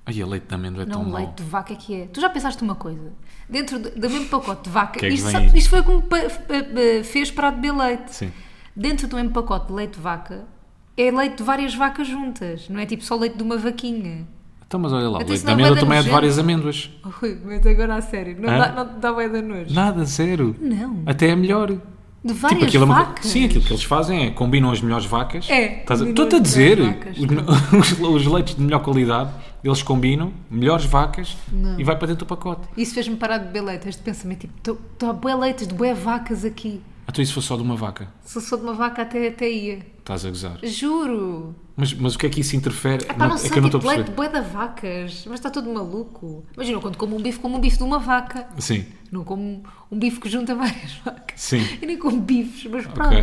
Speaker 2: Ai, a leite de amêndoa é
Speaker 1: É. Não,
Speaker 2: tão
Speaker 1: o
Speaker 2: mau.
Speaker 1: leite de vaca é que é. Tu já pensaste uma coisa? Dentro do, do mesmo pacote de vaca,
Speaker 2: Que é que
Speaker 1: isto,
Speaker 2: vem
Speaker 1: sabe-
Speaker 2: aí?
Speaker 1: isto foi como pa- pa- pa- fez para beber leite.
Speaker 2: Sim.
Speaker 1: Dentro do mesmo pacote de leite de vaca, é leite de várias vacas juntas, não é tipo só leite de uma vaquinha.
Speaker 2: Então, mas olha lá, o
Speaker 1: Até
Speaker 2: leite
Speaker 1: isso
Speaker 2: de
Speaker 1: não é
Speaker 2: amêndoa
Speaker 1: bué
Speaker 2: também é de
Speaker 1: nojento.
Speaker 2: várias amêndoas.
Speaker 1: Ui, mas agora a sério, não
Speaker 2: Hã?
Speaker 1: dá, não te dá bem da nojo.
Speaker 2: Nada, zero.
Speaker 1: Não.
Speaker 2: Até é melhor.
Speaker 1: De várias
Speaker 2: aquilo é uma co-
Speaker 1: vacas.
Speaker 2: Sim, aquilo que eles fazem é combinam as melhores vacas.
Speaker 1: É,
Speaker 2: Estás a-
Speaker 1: combinam
Speaker 2: Estou-te a
Speaker 1: as
Speaker 2: dizer,
Speaker 1: melhores
Speaker 2: os, os- os leites de melhor qualidade, eles combinam melhores vacas e vai para dentro do pacote.
Speaker 1: Isso fez-me parar de beber leite, este pensamento, tipo, estou a beber leites de boé vacas aqui.
Speaker 2: Então isso foi só de uma vaca.
Speaker 1: Se eu sou de uma vaca até, até ia.
Speaker 2: Estás a gozar.
Speaker 1: Juro!
Speaker 2: Mas, mas o que é que isso interfere?
Speaker 1: Pá, não
Speaker 2: é
Speaker 1: sei,
Speaker 2: que eu não estou a
Speaker 1: tipo, leite de
Speaker 2: perceber.
Speaker 1: boi da vacas. Mas está todo maluco. Imagina, quando como um bife, como um bife de uma vaca.
Speaker 2: Sim,
Speaker 1: Não como um bife que junta várias vacas.
Speaker 2: sim.
Speaker 1: Eu nem como bifes, mas pronto.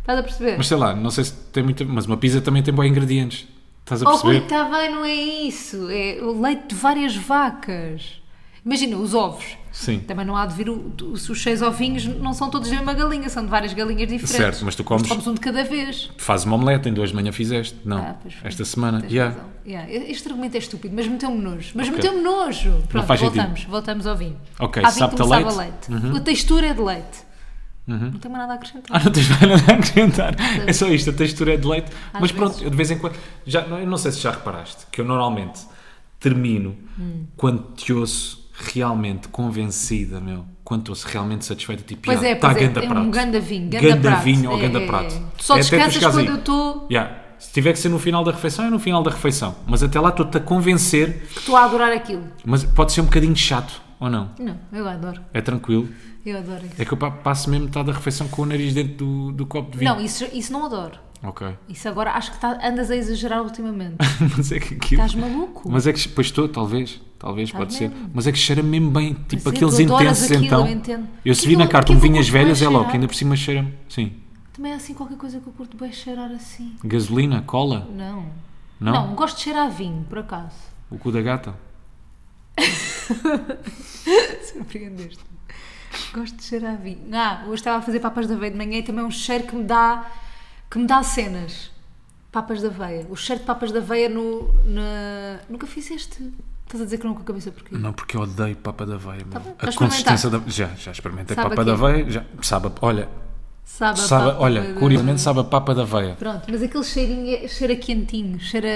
Speaker 1: Estás a perceber?
Speaker 2: Mas sei lá, não sei se tem muito. Mas uma pizza também tem bons ingredientes. Estás a
Speaker 1: Oh, Rui,
Speaker 2: perceber?
Speaker 1: está bem, não é isso. É o leite de várias vacas. Imagina, os ovos.
Speaker 2: Sim.
Speaker 1: Também não há de vir. o- os, os seis ovinhos não são todos da mesma galinha, são de várias galinhas diferentes.
Speaker 2: Certo, mas tu comes-
Speaker 1: um de cada vez.
Speaker 2: Fazes uma omelete, em duas de manhã fizeste. Não,
Speaker 1: Ah, pois foi.
Speaker 2: esta semana.
Speaker 1: Tens
Speaker 2: Yeah.
Speaker 1: razão. Yeah, Este argumento é estúpido, mas meteu-me nojo. Mas
Speaker 2: Ok.
Speaker 1: meteu-me nojo. Pronto,
Speaker 2: faz sentido.
Speaker 1: voltamos. Voltamos ao vinho.
Speaker 2: Ok,
Speaker 1: Há vinho
Speaker 2: sabe-te a
Speaker 1: que me
Speaker 2: leite? Uhum.
Speaker 1: sabe a leite. A textura é de leite. Não tenho mais nada a
Speaker 2: Ah,
Speaker 1: acrescentar.
Speaker 2: não tens mais nada a acrescentar. É só isto, a textura é de leite.
Speaker 1: Às
Speaker 2: Mas
Speaker 1: vezes.
Speaker 2: pronto, eu de vez em quando. Já, não- eu não sei se já reparaste que eu normalmente termino
Speaker 1: Hum.
Speaker 2: quando te ouço realmente convencida, meu. Quando te ouço realmente satisfeita, tipo,
Speaker 1: Pois é,
Speaker 2: está
Speaker 1: pois é,
Speaker 2: ganda
Speaker 1: é
Speaker 2: prato.
Speaker 1: um ganda vinho, ganda
Speaker 2: Ganda
Speaker 1: prato.
Speaker 2: vinho ou
Speaker 1: É,
Speaker 2: ganda
Speaker 1: é,
Speaker 2: prato.
Speaker 1: é. Tu só
Speaker 2: até assim. tu
Speaker 1: descansas
Speaker 2: chegares
Speaker 1: quando
Speaker 2: aí.
Speaker 1: eu tô-
Speaker 2: Yeah. Se tiver que ser no final da refeição, é no final da refeição. Mas até lá estou-te a convencer.
Speaker 1: Que Estou a adorar aquilo.
Speaker 2: Mas pode ser um bocadinho chato, ou não?
Speaker 1: Não, eu adoro.
Speaker 2: É tranquilo.
Speaker 1: Eu adoro isso.
Speaker 2: É que eu pa- passo mesmo metade da refeição com o nariz dentro do, do copo de vinho.
Speaker 1: Não, isso, isso não adoro.
Speaker 2: Ok.
Speaker 1: Isso agora acho que tá- andas a exagerar ultimamente.
Speaker 2: Mas é que aquilo...
Speaker 1: Estás maluco?
Speaker 2: Mas é que, pois estou, talvez, talvez,
Speaker 1: Tá
Speaker 2: pode ser.
Speaker 1: mesmo.
Speaker 2: Mas é que cheira mesmo bem, tipo
Speaker 1: Mas é,
Speaker 2: aqueles
Speaker 1: tu adoras
Speaker 2: intensos
Speaker 1: aquilo,
Speaker 2: então.
Speaker 1: eu entendo.
Speaker 2: Eu se vi
Speaker 1: Aquilo-
Speaker 2: na carta um
Speaker 1: aquilo
Speaker 2: vinhas
Speaker 1: curto bem
Speaker 2: velhas, é logo,
Speaker 1: cheirar.
Speaker 2: ainda por cima cheira-me. Sim.
Speaker 1: Também há assim qualquer coisa que eu curto bem cheirar assim.
Speaker 2: Gasolina, cola,
Speaker 1: Não.
Speaker 2: não?
Speaker 1: gosto de cheirar a vinho, por acaso.
Speaker 2: O cu da gata?
Speaker 1: Surpreendeste. Gosto de cheirar a vinho. Ah, hoje estava a fazer papas de aveia de manhã e também é um cheiro que me dá que me dá cenas. Papas de aveia. O cheiro de papas de aveia no. Na... Nunca fizeste. Estás a dizer que não com a cabeça porquê?
Speaker 2: Não, porque eu odeio papa da aveia, meu.
Speaker 1: Tá bom,
Speaker 2: a
Speaker 1: vais
Speaker 2: consistência da. Já, já experimentei
Speaker 1: Sabe
Speaker 2: papa
Speaker 1: a
Speaker 2: da
Speaker 1: quê?
Speaker 2: aveia, já. Sabe, a- olha,
Speaker 1: Sabe, a
Speaker 2: sabe,
Speaker 1: papa
Speaker 2: olha,
Speaker 1: de-
Speaker 2: curiosamente sabe a papa da aveia.
Speaker 1: Pronto, mas aquele cheirinho é- cheira quentinho, cheira.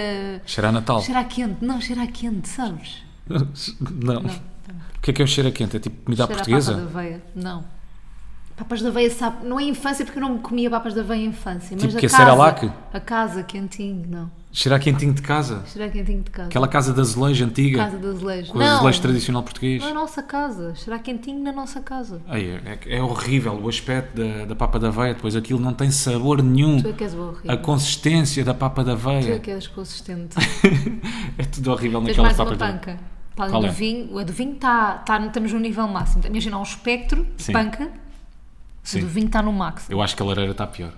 Speaker 2: Cheira a Natal.
Speaker 1: Cheira a quente, não, cheira a quente, sabes?
Speaker 2: Não. O que é que é o cheiro a quente? É tipo comida à
Speaker 1: tá Cheira a papa
Speaker 2: portuguesa?
Speaker 1: da aveia, não. Papas da aveia, sabe? Não é infância, porque eu não comia papas da aveia em infância. Mas
Speaker 2: Tipo
Speaker 1: a
Speaker 2: que a
Speaker 1: casa,
Speaker 2: Cerelac?
Speaker 1: A casa, quentinho, não.
Speaker 2: Cheira a quentinho de casa?
Speaker 1: Cheira a quentinho de casa.
Speaker 2: Aquela casa de azulejo antiga?
Speaker 1: Casa de azulejos.
Speaker 2: Com
Speaker 1: Não,
Speaker 2: azulejo tradicional português?
Speaker 1: na nossa casa. Cheira a quentinho na nossa casa.
Speaker 2: Ai, é, é horrível o aspecto da, da papa da veia, depois aquilo não tem sabor nenhum.
Speaker 1: Tu é que és o horrível.
Speaker 2: A consistência da papa da
Speaker 1: Tu é
Speaker 2: veia
Speaker 1: que és consistente.
Speaker 2: é tudo horrível
Speaker 1: Tens
Speaker 2: naquela
Speaker 1: mais uma
Speaker 2: papa da
Speaker 1: panca. Para além
Speaker 2: Qual
Speaker 1: do
Speaker 2: é?
Speaker 1: vinho, a do vinho está, está, estamos no nível máximo. Imagina, há um espectro de
Speaker 2: Sim.
Speaker 1: panca, a do
Speaker 2: Sim,
Speaker 1: vinho está no máximo.
Speaker 2: eu acho que a lareira está pior.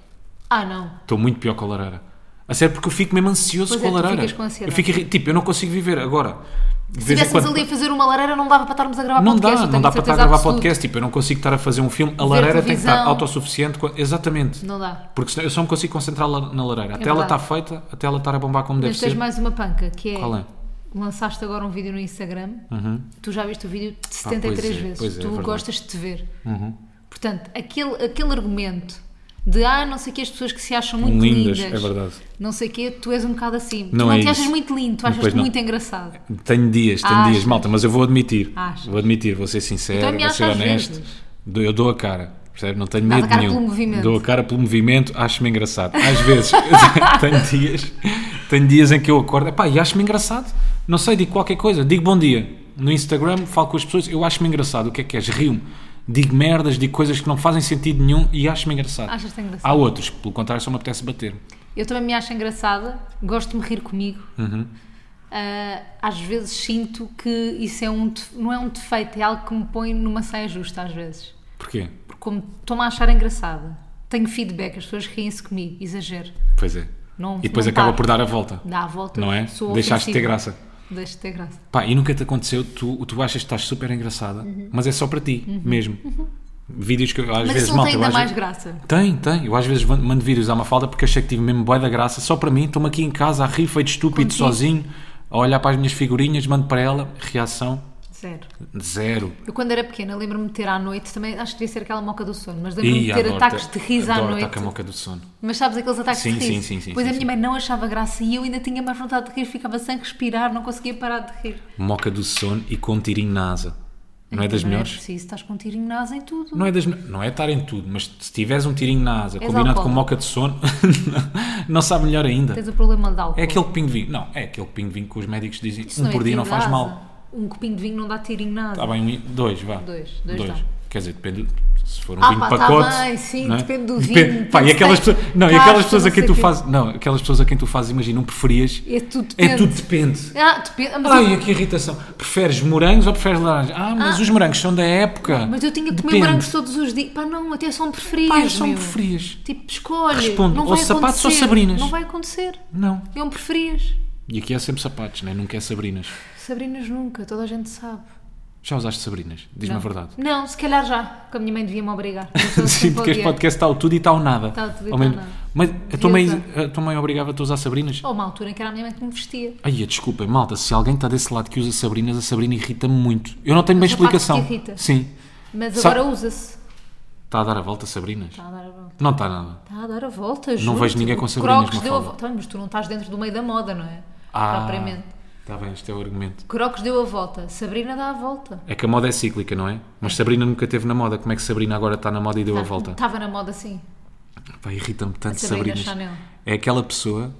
Speaker 1: Ah, não.
Speaker 2: Estou muito pior com a lareira. A sério, porque eu fico mesmo ansioso
Speaker 1: Pois
Speaker 2: com
Speaker 1: é,
Speaker 2: a
Speaker 1: tu
Speaker 2: lareira.
Speaker 1: ficas com ansiedade.
Speaker 2: eu fico, irri- tipo, eu não consigo viver agora. De
Speaker 1: Se
Speaker 2: vez em
Speaker 1: estivéssemos
Speaker 2: quando-
Speaker 1: ali a fazer uma lareira, não dava para estarmos a gravar
Speaker 2: Não
Speaker 1: podcast.
Speaker 2: dá,
Speaker 1: eu
Speaker 2: não
Speaker 1: tenho
Speaker 2: dá
Speaker 1: a
Speaker 2: para estar a
Speaker 1: certeza
Speaker 2: gravar
Speaker 1: absoluta.
Speaker 2: podcast. Tipo, eu não consigo estar a fazer um filme. A lareira tem que estar
Speaker 1: televisão.
Speaker 2: autossuficiente. com- Exatamente.
Speaker 1: Não dá.
Speaker 2: Porque senão eu só me consigo concentrar lá na lareira. Até ela
Speaker 1: É verdade.
Speaker 2: está feita, até ela estar a bombar como
Speaker 1: Mas
Speaker 2: deve
Speaker 1: tens
Speaker 2: ser.
Speaker 1: mais uma panca, que é,
Speaker 2: Qual é? Uhum.
Speaker 1: lançaste agora um vídeo no Instagram, tu já viste o vídeo de 73
Speaker 2: pois é,
Speaker 1: vezes,
Speaker 2: pois é, é
Speaker 1: tu
Speaker 2: verdade. Uhum.
Speaker 1: gostas de te ver. Portanto, aquele, aquele argumento de ah, não sei que as pessoas que se acham muito
Speaker 2: Lindas,
Speaker 1: lindas,
Speaker 2: é verdade.
Speaker 1: não sei que tu és um bocado assim.
Speaker 2: Não
Speaker 1: tu não
Speaker 2: é
Speaker 1: te achas
Speaker 2: isso.
Speaker 1: muito lindo, tu achas-te
Speaker 2: Pois não.
Speaker 1: muito engraçado.
Speaker 2: Tenho dias, tenho
Speaker 1: Ah, Achas?
Speaker 2: dias, malta, mas eu vou admitir.
Speaker 1: Achas?
Speaker 2: Vou admitir, vou ser sincero,
Speaker 1: Então me
Speaker 2: vou ser
Speaker 1: achas às
Speaker 2: honesto.
Speaker 1: vezes.
Speaker 2: Dou- Eu dou a cara, percebe? Não tenho
Speaker 1: Dás a
Speaker 2: medo
Speaker 1: cara
Speaker 2: nenhum.
Speaker 1: pelo movimento.
Speaker 2: Dou a cara pelo movimento, acho-me engraçado. Às vezes, tenho dias, tenho dias em que eu acordo, epá, e acho-me engraçado. Não sei, digo qualquer coisa, digo bom dia. No Instagram falo com as pessoas, eu acho-me engraçado. O que é que és? Rio-me. Digo merdas, digo coisas que não fazem sentido nenhum e acho-me engraçado.
Speaker 1: Achas-te engraçado.
Speaker 2: Há outros, pelo contrário, só me apetece bater.
Speaker 1: Eu também me acho engraçada, gosto de me rir comigo.
Speaker 2: Uhum.
Speaker 1: Ah, às vezes sinto que isso é um, def- não é um defeito, é algo que me põe numa saia justa, às vezes.
Speaker 2: Porquê?
Speaker 1: Porque como estou-me a achar engraçada, tenho feedback, as pessoas riem-se comigo, exagero.
Speaker 2: Pois é.
Speaker 1: Não, tá.
Speaker 2: E depois
Speaker 1: não
Speaker 2: acaba
Speaker 1: paro.
Speaker 2: por dar a volta.
Speaker 1: Dá a volta,
Speaker 2: Não é?
Speaker 1: sou
Speaker 2: Deixaste de ter
Speaker 1: ofensiva.
Speaker 2: graça.
Speaker 1: Deixo de ter graça.
Speaker 2: Pá, e nunca te aconteceu, tu, tu achas que estás super engraçada, mas é só para ti, mesmo. Vídeos que eu, às
Speaker 1: Uhum. Mas
Speaker 2: vezes
Speaker 1: isso não
Speaker 2: malta,
Speaker 1: tem
Speaker 2: eu
Speaker 1: ainda
Speaker 2: às
Speaker 1: mais
Speaker 2: ve-
Speaker 1: graça.
Speaker 2: Tem, tem. Eu às vezes van- mando vídeos à Mafalda porque achei que tive mesmo boa da graça, só para mim, estou-me aqui em casa a rir, feito estúpido,
Speaker 1: Contigo.
Speaker 2: sozinho, a olhar para as minhas figurinhas, mando para ela, reação
Speaker 1: Zero.
Speaker 2: zero.
Speaker 1: Eu quando era pequena lembro-me de ter à noite, também acho que devia ser aquela moca do sono, mas lembro-me
Speaker 2: E
Speaker 1: de ter
Speaker 2: adoro
Speaker 1: ataques de riso à
Speaker 2: adoro
Speaker 1: noite.
Speaker 2: ataque à moca do sono.
Speaker 1: Mas sabes aqueles ataques
Speaker 2: Sim,
Speaker 1: de riso?
Speaker 2: sim, sim, sim,
Speaker 1: Pois
Speaker 2: sim,
Speaker 1: a minha
Speaker 2: sim.
Speaker 1: mãe não achava graça e eu ainda tinha mais vontade de rir, ficava sem respirar, não conseguia parar de rir.
Speaker 2: Moca do sono e com um tirinho na asa. Não
Speaker 1: Também
Speaker 2: é das
Speaker 1: É
Speaker 2: melhores?
Speaker 1: preciso, estás com um tirinho na asa em tudo.
Speaker 2: Não é, das, não é estar em tudo, mas se tiveres um tirinho na asa
Speaker 1: És
Speaker 2: combinado com
Speaker 1: alcoólatra.
Speaker 2: moca de sono, não sabe melhor ainda.
Speaker 1: Tens o problema de álcool.
Speaker 2: É aquele pingo de vinho. Não, é aquele pingo de vinho que os médicos dizem
Speaker 1: Isso
Speaker 2: um
Speaker 1: é
Speaker 2: por dia
Speaker 1: tirinho
Speaker 2: não
Speaker 1: de
Speaker 2: faz
Speaker 1: asa.
Speaker 2: mal. Tá
Speaker 1: Um copinho de vinho não dá tirinho na asa.
Speaker 2: Está bem, um, dois, vá.
Speaker 1: Dois, dois dá.
Speaker 2: Quer dizer, depende. Se for um
Speaker 1: Ah,
Speaker 2: vinho
Speaker 1: pá, tá
Speaker 2: pacote.
Speaker 1: bem, sim,
Speaker 2: não é?
Speaker 1: depende do vinho,
Speaker 2: Pá, e
Speaker 1: depende
Speaker 2: aquelas
Speaker 1: se tem
Speaker 2: pessoas, não, e
Speaker 1: casca,
Speaker 2: aquelas pessoas
Speaker 1: não
Speaker 2: a quem
Speaker 1: sei
Speaker 2: tu
Speaker 1: quê.
Speaker 2: fazes, não, aquelas pessoas a quem tu fazes, imagina, não preferias.
Speaker 1: É tudo depende.
Speaker 2: É tudo depende.
Speaker 1: Ah, depende. Mas,
Speaker 2: Ai,
Speaker 1: eu,
Speaker 2: que irritação. Preferes morangos ou preferes laranjas? Ah, mas os morangos são da época.
Speaker 1: mas eu tinha que comer
Speaker 2: Depende.
Speaker 1: morangos todos os dias. Pá, não, até são preferidos.
Speaker 2: Pá, eu só me
Speaker 1: meu.
Speaker 2: preferias.
Speaker 1: Tipo, escolhe.
Speaker 2: Respondo,
Speaker 1: não
Speaker 2: ou
Speaker 1: vai
Speaker 2: sapatos ou
Speaker 1: acontecer.
Speaker 2: Sabrinas.
Speaker 1: Não vai acontecer.
Speaker 2: Não.
Speaker 1: Eu me preferias.
Speaker 2: E aqui é sempre sapatos, né? nunca é Sabrinas.
Speaker 1: Sabrinas nunca, toda a gente sabe.
Speaker 2: Já usaste Sabrinas? Diz-me a verdade.
Speaker 1: Não, se calhar já, porque a minha mãe devia me obrigar. Eu sou assim sempre
Speaker 2: Sim, porque este
Speaker 1: odiada.
Speaker 2: podcast está o tudo e está o nada.
Speaker 1: Está o tudo e está
Speaker 2: Ao
Speaker 1: o
Speaker 2: menos-
Speaker 1: nada.
Speaker 2: Mas a
Speaker 1: Devia
Speaker 2: tua, mãe, a tua mãe obrigava-te a usar Sabrinas?
Speaker 1: Houve uma altura em que era a minha mãe que me vestia.
Speaker 2: Ai, desculpem, malta, se alguém está desse lado que usa Sabrinas, a Sabrina irrita-me muito. Eu não tenho bem
Speaker 1: Mas a parte que
Speaker 2: explicação.
Speaker 1: irrita.
Speaker 2: Sim.
Speaker 1: Mas
Speaker 2: Sa-
Speaker 1: agora usa-se.
Speaker 2: Está a dar a volta, Sabrinas?
Speaker 1: Está a dar a volta.
Speaker 2: Não está nada.
Speaker 1: Está a dar a volta, juro.
Speaker 2: vejo ninguém com Sabrinas, Ah.
Speaker 1: Crocs deu a
Speaker 2: Mafalda.
Speaker 1: volta. Tá bem, Mas tu não estás dentro do meio da moda, não é? Propriamente.
Speaker 2: Está bem, este é o argumento.
Speaker 1: Crocs deu a volta. Sabrina dá a volta.
Speaker 2: É que a moda é cíclica, não é? Mas Sabrina nunca teve na moda. Como é que Sabrina agora está na moda e deu a
Speaker 1: Tá.
Speaker 2: volta?
Speaker 1: Estava na moda assim.
Speaker 2: Pá, irrita-me tanto
Speaker 1: Sabrina
Speaker 2: Sabrinas.
Speaker 1: Chanel.
Speaker 2: É aquela pessoa,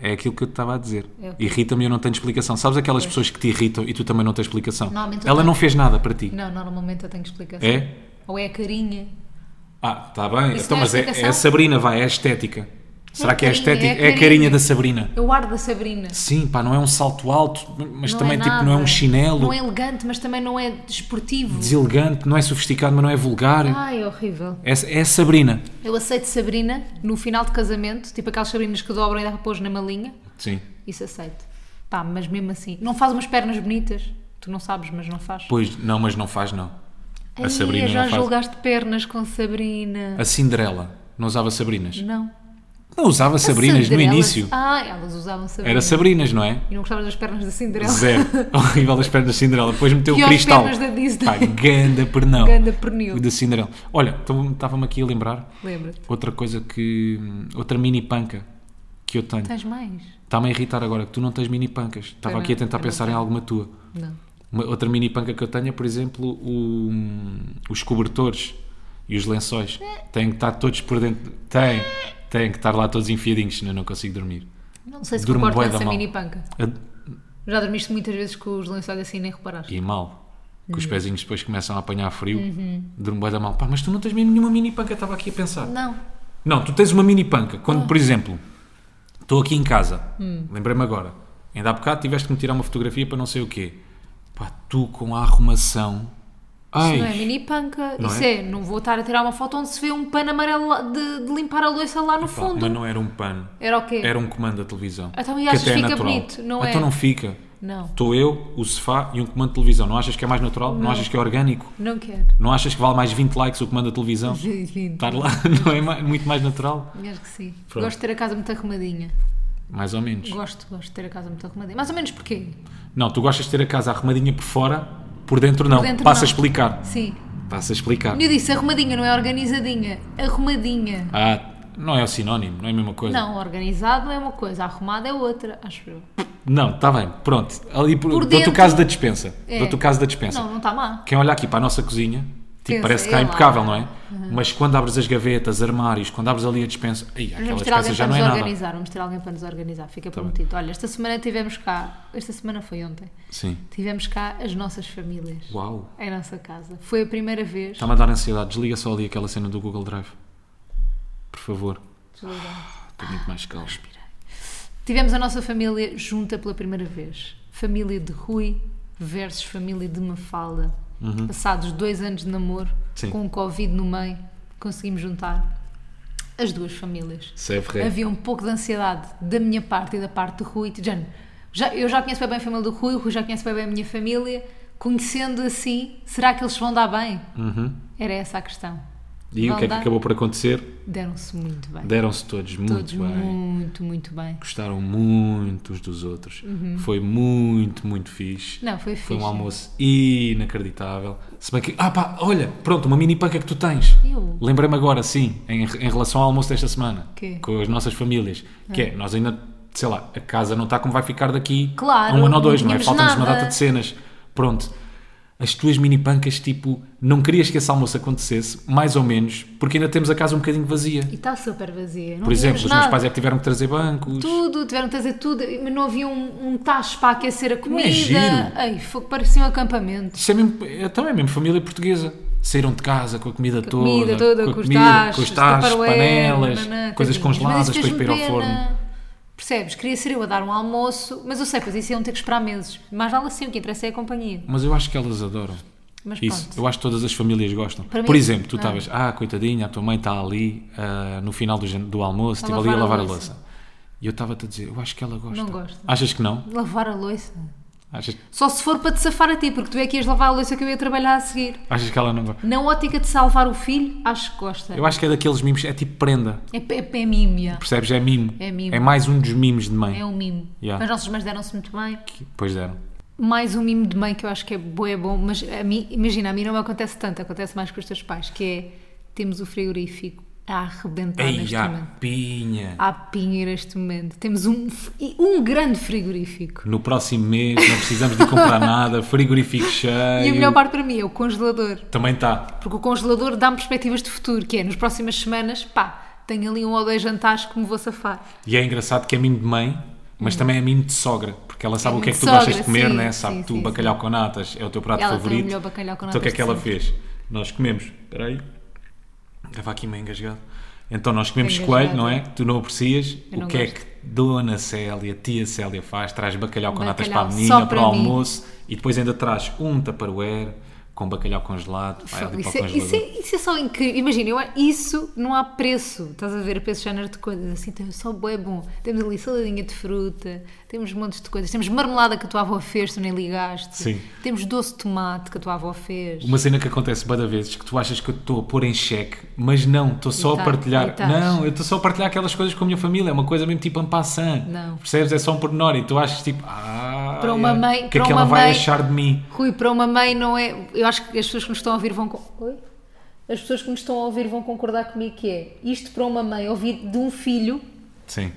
Speaker 2: é aquilo que eu te estava a dizer.
Speaker 1: É.
Speaker 2: Irrita-me e eu não tenho explicação. Sabes aquelas pessoas que te irritam e tu também não tens explicação?
Speaker 1: Normalmente eu
Speaker 2: Ela
Speaker 1: tenho.
Speaker 2: não fez nada para ti.
Speaker 1: Não, normalmente eu tenho explicação.
Speaker 2: É?
Speaker 1: Ou é a carinha.
Speaker 2: Ah, está bem.
Speaker 1: Isso não
Speaker 2: Então,
Speaker 1: é
Speaker 2: mas é,
Speaker 1: explicação?
Speaker 2: é a Sabrina, vai, é a estética. Será que é a
Speaker 1: carinha,
Speaker 2: estética?
Speaker 1: é a
Speaker 2: É a carinha
Speaker 1: carinha.
Speaker 2: da Sabrina.
Speaker 1: Eu ar da Sabrina.
Speaker 2: Sim, pá, não é um salto alto, mas
Speaker 1: Não
Speaker 2: também
Speaker 1: é
Speaker 2: tipo,
Speaker 1: nada.
Speaker 2: não é um chinelo.
Speaker 1: Não é elegante, mas também não é desportivo.
Speaker 2: Deselegante, não é sofisticado, mas não é vulgar.
Speaker 1: Ai, horrível.
Speaker 2: É, é a Sabrina.
Speaker 1: Eu aceito Sabrina no final de casamento, tipo aquelas Sabrinas que dobram e dá para pôr na malinha.
Speaker 2: Sim.
Speaker 1: Isso aceito. Pá, mas mesmo assim. Não faz umas pernas bonitas. Tu não sabes, mas não faz.
Speaker 2: Pois, não, mas não faz, não. A
Speaker 1: Ai,
Speaker 2: Sabrina
Speaker 1: já
Speaker 2: não faz.
Speaker 1: julgaste pernas com Sabrina.
Speaker 2: A Cinderela. Não usava Sabrinas.
Speaker 1: Não.
Speaker 2: Não usava Sabrinas no
Speaker 1: Cinderela-
Speaker 2: início.
Speaker 1: Ah, elas usavam Sabrina.
Speaker 2: Era Sabrinas, não é?
Speaker 1: E não gostavas das pernas da Cinderela.
Speaker 2: Zero. Horrível as pernas da Cinderela. Depois meteu
Speaker 1: E
Speaker 2: o
Speaker 1: aos
Speaker 2: cristal.
Speaker 1: pernas da Disney.
Speaker 2: Pá, ganda pernão.
Speaker 1: Ganda pernil.
Speaker 2: Da Cinderela. Olha, então, estava-me aqui a lembrar
Speaker 1: Lembra-te.
Speaker 2: outra coisa que. Outra mini panca que eu tenho.
Speaker 1: Tens mais?
Speaker 2: Está-me a irritar agora que tu não tens mini pancas. Estava
Speaker 1: Pois
Speaker 2: aqui a
Speaker 1: não,
Speaker 2: tentar
Speaker 1: eu não
Speaker 2: pensar em
Speaker 1: tenho.
Speaker 2: alguma tua.
Speaker 1: Não.
Speaker 2: Uma- outra mini panca que eu tenho é, por exemplo, o- os cobertores e os lençóis. Têm que estar todos por dentro. Têm. Têm que estar lá todos enfiadinhos, senão eu não consigo dormir.
Speaker 1: Não sei se
Speaker 2: Durmo
Speaker 1: concordo com
Speaker 2: bué da
Speaker 1: essa
Speaker 2: mal.
Speaker 1: mini panca.
Speaker 2: A-
Speaker 1: Já dormiste muitas vezes com os lençóis assim e nem reparaste.
Speaker 2: E mal. Que
Speaker 1: Uhum.
Speaker 2: os pezinhos depois começam a apanhar frio. Durmo bué da mal. Pá, mas tu não tens mesmo nenhuma mini panca, estava aqui a pensar.
Speaker 1: Não.
Speaker 2: Não, tu tens uma mini panca. Quando, por exemplo, estou aqui em casa,
Speaker 1: Hum.
Speaker 2: lembrei-me agora, ainda há bocado tiveste que me tirar uma fotografia para não sei o quê. Pá, tu com a arrumação. Ai,
Speaker 1: Isso não é mini panca.
Speaker 2: Não
Speaker 1: Isso
Speaker 2: é?
Speaker 1: é? não vou estar a tirar uma foto onde se vê um pano amarelo lá- de, de limpar a louça lá no
Speaker 2: pá,
Speaker 1: fundo.
Speaker 2: mas não era um pano.
Speaker 1: Era o quê?
Speaker 2: Era um comando da televisão.
Speaker 1: Então, e
Speaker 2: que
Speaker 1: achas
Speaker 2: até
Speaker 1: que
Speaker 2: é
Speaker 1: fica
Speaker 2: natural.
Speaker 1: bonito, não
Speaker 2: Então
Speaker 1: é?
Speaker 2: não fica.
Speaker 1: Não.
Speaker 2: Estou eu, o sofá e um comando de televisão. Não achas que é mais natural? Não, achas que é orgânico?
Speaker 1: Não quero.
Speaker 2: Não achas que vale mais 20 likes o comando da televisão?
Speaker 1: Lindo.
Speaker 2: Estar lá não é mais- muito mais natural?
Speaker 1: Acho que sim.
Speaker 2: Pronto.
Speaker 1: Gosto de ter a casa muito arrumadinha.
Speaker 2: Mais ou menos.
Speaker 1: Gosto, gosto de ter a casa muito arrumadinha. Mais ou menos porquê?
Speaker 2: Não, tu gostas de ter a casa arrumadinha por fora, por dentro não.
Speaker 1: dentro
Speaker 2: Passa
Speaker 1: não.
Speaker 2: a explicar.
Speaker 1: Sim.
Speaker 2: Passa a explicar.
Speaker 1: Eu disse arrumadinha, não é organizadinha. Arrumadinha.
Speaker 2: Ah, não é o sinónimo, não é a mesma coisa.
Speaker 1: Não, organizado é uma coisa, arrumado é outra, acho eu.
Speaker 2: Não, está bem, pronto. Ali por,
Speaker 1: Por
Speaker 2: dou-te
Speaker 1: dentro-
Speaker 2: o caso da dispensa.
Speaker 1: É.
Speaker 2: Dou-te o caso da dispensa.
Speaker 1: Não, não está má.
Speaker 2: Quem olha aqui para a nossa cozinha,
Speaker 1: Pensa,
Speaker 2: tipo, parece que está
Speaker 1: é lá. Uhum.
Speaker 2: impecável, não é? Mas quando abres as gavetas, armários, quando abres ali a dispensa, aí aquela
Speaker 1: Vamos ter alguém
Speaker 2: dispensa já
Speaker 1: para
Speaker 2: não
Speaker 1: nos
Speaker 2: é nada. Tá
Speaker 1: organizar, vamos ter alguém para nos organizar, fica prometido. Olha, esta semana tivemos cá, esta semana foi ontem,
Speaker 2: Sim.
Speaker 1: tivemos cá as nossas famílias
Speaker 2: Uau.
Speaker 1: em nossa casa. Foi a primeira vez.
Speaker 2: Está-me a dar ansiedade. Desliga só ali aquela cena do Google Drive. Por favor.
Speaker 1: Desligar.
Speaker 2: Estou muito mais calmo.
Speaker 1: Tivemos a nossa família junta pela primeira vez. Família de Rui versus família de Mafalda. Passados dois anos de namoro,
Speaker 2: Uhum. Sim.
Speaker 1: com o Covid no meio, conseguimos juntar as duas famílias.
Speaker 2: Serve ré.
Speaker 1: Havia um pouco de ansiedade da minha parte e da parte do Rui. de género, Já, eu já conheço bem, bem a família do Rui, o Rui já conhece bem, bem a minha família. Conhecendo assim, será que eles vão dar bem? Era essa a questão.
Speaker 2: Uhum. E
Speaker 1: Vão
Speaker 2: o que é que
Speaker 1: dar?
Speaker 2: acabou por acontecer?
Speaker 1: Deram-se muito bem.
Speaker 2: Deram-se todos muito
Speaker 1: Todos
Speaker 2: bem.
Speaker 1: muito, muito bem.
Speaker 2: Gostaram muito uns dos outros. Foi muito, muito fixe.
Speaker 1: Uhum. Não, foi
Speaker 2: Foi um
Speaker 1: fixe.
Speaker 2: almoço inacreditável. Se bem que. Ah, pá, olha, pronto, uma mini panca que tu tens.
Speaker 1: Eu?
Speaker 2: Lembrei-me agora, sim, em, em relação ao almoço desta semana.
Speaker 1: Quê? Ah.
Speaker 2: Com as nossas famílias. Que é, nós ainda, sei lá, a casa não está como vai ficar daqui
Speaker 1: Claro,
Speaker 2: a um ano ou dois,
Speaker 1: não
Speaker 2: não é?
Speaker 1: tínhamos
Speaker 2: Falta-nos uma
Speaker 1: nada.
Speaker 2: data de cenas. Pronto. As tuas mini pancas, tipo, não querias que esse almoço acontecesse, mais ou menos, porque ainda temos a casa um bocadinho vazia.
Speaker 1: E está super vazia. Não
Speaker 2: Por exemplo,
Speaker 1: tínhamos
Speaker 2: os meus
Speaker 1: nada.
Speaker 2: pais é que tiveram que trazer bancos.
Speaker 1: Tudo, tiveram de trazer tudo, mas não havia um, um tacho para aquecer a comida.
Speaker 2: é giro?
Speaker 1: Ei, foi- parecia um acampamento.
Speaker 2: Isso é mesmo, então é mesmo família portuguesa. saíram de casa com a comida toda,
Speaker 1: comida toda,
Speaker 2: com, a
Speaker 1: com os
Speaker 2: né? comida,
Speaker 1: tachos,
Speaker 2: com os tachos,
Speaker 1: Tupperware,
Speaker 2: panelas,
Speaker 1: nanã,
Speaker 2: coisas
Speaker 1: coisinhas.
Speaker 2: congeladas,
Speaker 1: Mas isso é
Speaker 2: depois para ir ao
Speaker 1: fez-me
Speaker 2: forno.
Speaker 1: pena. Percebes? Queria ser eu a dar um almoço, mas eu sei, pois isso iam ter que esperar meses. Mas vale assim, o que interessa é a companhia.
Speaker 2: Mas eu acho que elas adoram.
Speaker 1: Mas
Speaker 2: Isso,
Speaker 1: pronto.
Speaker 2: eu acho que todas as famílias gostam.
Speaker 1: Para
Speaker 2: Por
Speaker 1: mim-
Speaker 2: exemplo, tu
Speaker 1: Ah.
Speaker 2: estavas, ah, coitadinha, a tua mãe está ali ah, no final do, jan- do almoço,
Speaker 1: A
Speaker 2: estive ali a
Speaker 1: lavar
Speaker 2: lavar
Speaker 1: a
Speaker 2: a louça. E eu estava-te a dizer, eu acho que ela gosta.
Speaker 1: Não gosta.
Speaker 2: Achas que não?
Speaker 1: Lavar a louça.
Speaker 2: Achas,
Speaker 1: Só se for para te safar a ti, porque tu é que ias lavar a louça que eu ia trabalhar a seguir.
Speaker 2: achas que ela não gosta?
Speaker 1: Na ótica de salvar o filho, acho que gosta.
Speaker 2: Eu acho que é daqueles mimos, é tipo prenda,
Speaker 1: É, é, é mímia.
Speaker 2: percebes? É mimo.
Speaker 1: É mimo.
Speaker 2: mais um dos mimos de mãe.
Speaker 1: É um mimo.
Speaker 2: Yeah.
Speaker 1: As nossas mães deram-se muito bem.
Speaker 2: Pois deram.
Speaker 1: Mais um mimo de mãe que eu acho que é bom, é bom, mas a mim, imagina, a mim não me acontece tanto, acontece mais com os teus pais, que é temos o frigorífico a arrebentar
Speaker 2: Ei,
Speaker 1: neste
Speaker 2: a
Speaker 1: momento.
Speaker 2: pinha.
Speaker 1: À pinha neste momento. Temos um, e um grande frigorífico.
Speaker 2: No próximo mês não precisamos de comprar nada, frigorífico
Speaker 1: E a
Speaker 2: cheio.
Speaker 1: melhor parte para mim é o congelador.
Speaker 2: Também tá. está.
Speaker 1: Porque o congelador dá-me perspectivas de futuro, que é nas próximas semanas, pá, tenho ali um ou dois jantares que me vou safar.
Speaker 2: E é engraçado que é mimo de mãe, mas também é mimo de sogra, porque ela sabe
Speaker 1: É
Speaker 2: o que é
Speaker 1: mimo
Speaker 2: que tu
Speaker 1: de sogra,
Speaker 2: gostas de comer,
Speaker 1: sim,
Speaker 2: né? Sabe
Speaker 1: sim,
Speaker 2: que tu
Speaker 1: sim,
Speaker 2: bacalhau com natas é o teu prato
Speaker 1: Ela tem o
Speaker 2: favorito.
Speaker 1: melhor bacalhau com
Speaker 2: Então o que é
Speaker 1: natas
Speaker 2: que ela
Speaker 1: de
Speaker 2: fez? Nós comemos. Espera aí. Estava aqui meio engasgado. Então nós comemos
Speaker 1: Bem
Speaker 2: coelho,
Speaker 1: engasgada.
Speaker 2: não é? Tu não aprecias.
Speaker 1: Eu não
Speaker 2: o que é
Speaker 1: gosto.
Speaker 2: que Dona Célia, tia Célia faz? Traz bacalhau com natas para a
Speaker 1: Bacalhau
Speaker 2: menina,
Speaker 1: só
Speaker 2: para,
Speaker 1: para
Speaker 2: o
Speaker 1: mim.
Speaker 2: almoço e depois ainda traz um tupperware com bacalhau congelado. Vai ali
Speaker 1: Isso
Speaker 2: para o
Speaker 1: é,
Speaker 2: congelador.
Speaker 1: isso, é, isso é só incrível. Imagina, eu, isso não há preço. Estás a ver para esse género de coisas. Assim, tem- só é bom. Temos ali saladinha de fruta, temos montes de coisas. Temos marmelada que a tua avó fez, tu nem ligaste.
Speaker 2: Sim.
Speaker 1: Temos doce de tomate que a tua avó fez.
Speaker 2: Uma cena que acontece bada vezes que tu achas que eu estou a pôr em xeque, mas não, estou só
Speaker 1: E tá,
Speaker 2: a
Speaker 1: e
Speaker 2: partilhar.
Speaker 1: tás.
Speaker 2: Não, eu estou só a partilhar aquelas coisas com a minha família, é uma coisa mesmo tipo en passant.
Speaker 1: Não.
Speaker 2: Percebes? É só um pormenor e tu achas tipo, ah,
Speaker 1: Para uma
Speaker 2: é,
Speaker 1: mãe-
Speaker 2: o que é
Speaker 1: para
Speaker 2: que
Speaker 1: uma
Speaker 2: ela vai
Speaker 1: mãe-
Speaker 2: achar de mim?
Speaker 1: Rui, para uma mãe não é. Eu acho que as pessoas que nos estão a ouvir vão. con- Oi? As pessoas que nos estão a ouvir vão concordar comigo que é isto para uma mãe ouvir de um filho
Speaker 2: Sim.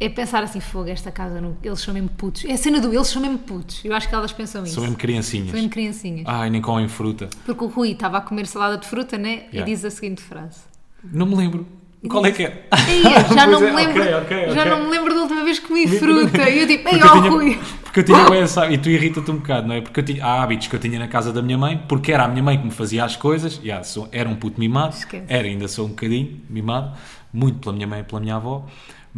Speaker 1: é pensar assim, fogo, esta casa, não- eles são mesmo putos. É a cena do eles são mesmo putos. Eu acho que elas pensam isso.
Speaker 2: São mesmo criancinhas.
Speaker 1: São mesmo criancinhas.
Speaker 2: Ai, nem comem fruta.
Speaker 1: Porque o Rui estava a comer salada de fruta, né? E
Speaker 2: Yeah.
Speaker 1: diz a seguinte frase.
Speaker 2: Não me lembro. Qual é que é?
Speaker 1: Ei, já não
Speaker 2: Pois
Speaker 1: me
Speaker 2: é,
Speaker 1: lembro,
Speaker 2: ok, ok,
Speaker 1: já
Speaker 2: ok.
Speaker 1: não me lembro da última vez que comi fruta. E eu tipo, ei,
Speaker 2: Porque eu
Speaker 1: ó
Speaker 2: tinha-
Speaker 1: Rui.
Speaker 2: Porque eu tinha bem essa. E tu irrita-te um bocado, não é? Porque eu tinha, há hábitos que eu tinha na casa da minha mãe, porque era a minha mãe que me fazia as coisas. E, ah, sou- era um puto mimado.
Speaker 1: Esquece.
Speaker 2: Era, ainda sou um bocadinho mimado. Muito pela minha mãe e pela minha avó.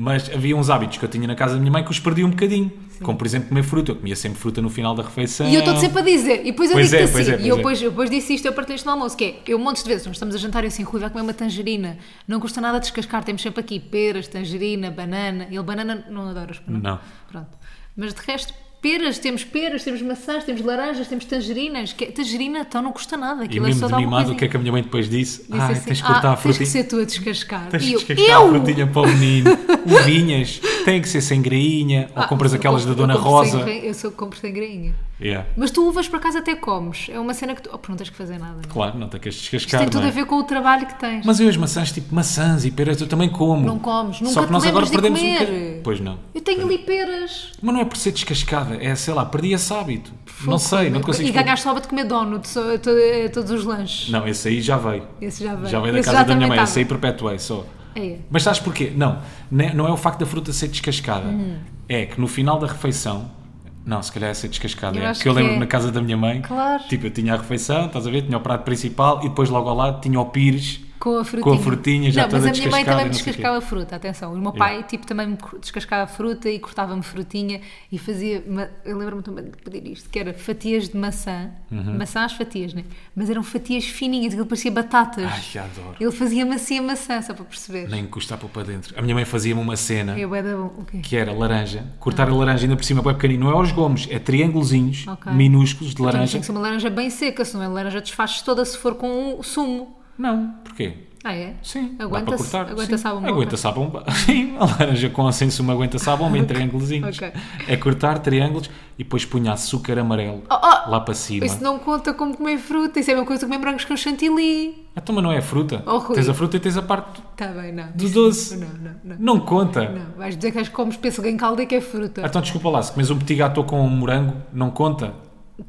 Speaker 2: Mas havia uns hábitos que eu tinha na casa da minha mãe que os perdi um bocadinho. Como, por exemplo, comer fruta. Eu comia sempre fruta no final da refeição.
Speaker 1: E eu estou sempre a dizer. E depois eu
Speaker 2: Pois
Speaker 1: digo-te
Speaker 2: é,
Speaker 1: assim.
Speaker 2: pois é,
Speaker 1: e eu
Speaker 2: pois é.
Speaker 1: depois, eu depois disse isto, eu partilhei isto no almoço. Que é, eu montes de vezes, nós estamos a jantar e eu assim, Rui vai comer uma tangerina. Não custa nada descascar, temos sempre aqui peras, tangerina, banana. Ele banana, não adoras banana.
Speaker 2: Não.
Speaker 1: Pronto. Mas de resto, peras, temos peras, temos maçãs, temos laranjas, temos tangerinas. Que, tangerina, então não custa nada.
Speaker 2: E
Speaker 1: Aquilo é só
Speaker 2: mesmo de
Speaker 1: dar uma
Speaker 2: mimado, o
Speaker 1: coisinha.
Speaker 2: que é que a minha mãe depois disse?
Speaker 1: Disse
Speaker 2: Ai,
Speaker 1: assim,
Speaker 2: tens que cortar
Speaker 1: "Ah,
Speaker 2: a fruta.
Speaker 1: Tens que ser tu a descascar.
Speaker 2: Tens
Speaker 1: e
Speaker 2: que
Speaker 1: eu,
Speaker 2: descascar
Speaker 1: eu?
Speaker 2: a frutinha para o menino. Uvinhas, tem que ser sem grainha. Ou
Speaker 1: Ah,
Speaker 2: compras
Speaker 1: eu
Speaker 2: aquelas da
Speaker 1: compro- eu
Speaker 2: Dona
Speaker 1: compro sem
Speaker 2: Rosa.
Speaker 1: gra- eu sou compro sem grainha.
Speaker 2: Yeah.
Speaker 1: Mas tu uvas para casa até comes. É uma cena que tu. Oh, pô, não tens que fazer nada. Não. é?
Speaker 2: Claro, não te queres
Speaker 1: Isto
Speaker 2: descascar.
Speaker 1: tem tudo
Speaker 2: não
Speaker 1: a
Speaker 2: é?
Speaker 1: ver com o trabalho que tens.
Speaker 2: Mas eu as maçãs, tipo maçãs e peras, eu também como.
Speaker 1: Não comes, nunca
Speaker 2: Só que
Speaker 1: te
Speaker 2: nós agora
Speaker 1: lembras de
Speaker 2: perdemos
Speaker 1: comer.
Speaker 2: um bocadinho. Pois não.
Speaker 1: Eu tenho ali peras.
Speaker 2: Mas não é por ser descascada, é sei lá, perdi esse hábito. não sei, não te consigo
Speaker 1: E
Speaker 2: explicar.
Speaker 1: ganhaste só de comer donuts a to- a todos os lanches.
Speaker 2: Não, esse aí já veio.
Speaker 1: Esse já veio.
Speaker 2: Já veio da
Speaker 1: Esse já
Speaker 2: casa da minha
Speaker 1: também
Speaker 2: mãe,
Speaker 1: estava.
Speaker 2: esse aí perpetuei só.
Speaker 1: É.
Speaker 2: Mas sabes porquê? Não, ne- não é o facto da fruta ser descascada.
Speaker 1: Hum.
Speaker 2: É que no final da refeição. Não, se calhar é ser descascada.
Speaker 1: Eu
Speaker 2: é.
Speaker 1: acho
Speaker 2: Porque eu
Speaker 1: que
Speaker 2: lembro
Speaker 1: é.
Speaker 2: na casa da minha mãe.
Speaker 1: Claro.
Speaker 2: Tipo, eu tinha a refeição, estás a ver? Tinha o prato principal e depois logo ao lado tinha o pires.
Speaker 1: Com a frutinha.
Speaker 2: Com a frutinha
Speaker 1: não,
Speaker 2: já
Speaker 1: mas
Speaker 2: toda
Speaker 1: a minha mãe
Speaker 2: descascada
Speaker 1: também me
Speaker 2: e não sei o quê.
Speaker 1: descascava fruta, atenção. O meu pai tipo, também me cru- descascava fruta e cortava-me frutinha e fazia. ma- Eu lembro-me também de pedir isto, que era fatias de maçã,
Speaker 2: Uhum.
Speaker 1: maçã às fatias, né? Mas eram fatias fininhas, aquilo parecia batatas.
Speaker 2: Ai, já adoro.
Speaker 1: Ele fazia macia maçã, só para perceber.
Speaker 2: Nem custa a pôr para dentro. A minha mãe fazia-me uma cena.
Speaker 1: Eu era bom. ok.
Speaker 2: que era laranja, cortar a laranja ainda por cima bem pequenino, não é aos gomos, é triângulozinhos
Speaker 1: Ok.
Speaker 2: minúsculos de
Speaker 1: Então, mas
Speaker 2: laranja.
Speaker 1: tem que ser uma laranja bem seca, se não é laranja desfaz toda se for com o sumo.
Speaker 2: Não, porquê?
Speaker 1: Ah, é?
Speaker 2: Sim, dá para
Speaker 1: Aguenta-se.
Speaker 2: cortar.
Speaker 1: Aguenta-se
Speaker 2: sim.
Speaker 1: à bomba.
Speaker 2: Aguenta-se à bomba. Sim, a laranja com ascenso uma aguenta-se à bomba em triângulozinhos.
Speaker 1: Ok.
Speaker 2: É cortar triângulos e depois punha açúcar amarelo
Speaker 1: Oh, oh!
Speaker 2: lá para cima.
Speaker 1: Isso não conta como comer fruta, isso é a mesma coisa que comer brancos com chantilly.
Speaker 2: Então, mas não é a fruta.
Speaker 1: Oh, Rui.
Speaker 2: tens a fruta e tens a parte
Speaker 1: Está Tá bem, não.
Speaker 2: do doce.
Speaker 1: Não, não, não.
Speaker 2: Não conta.
Speaker 1: Não, vais dizer que as comes pêssego em calda e que é fruta.
Speaker 2: Então, desculpa lá, se comes um petit gâteau com um morango, não conta.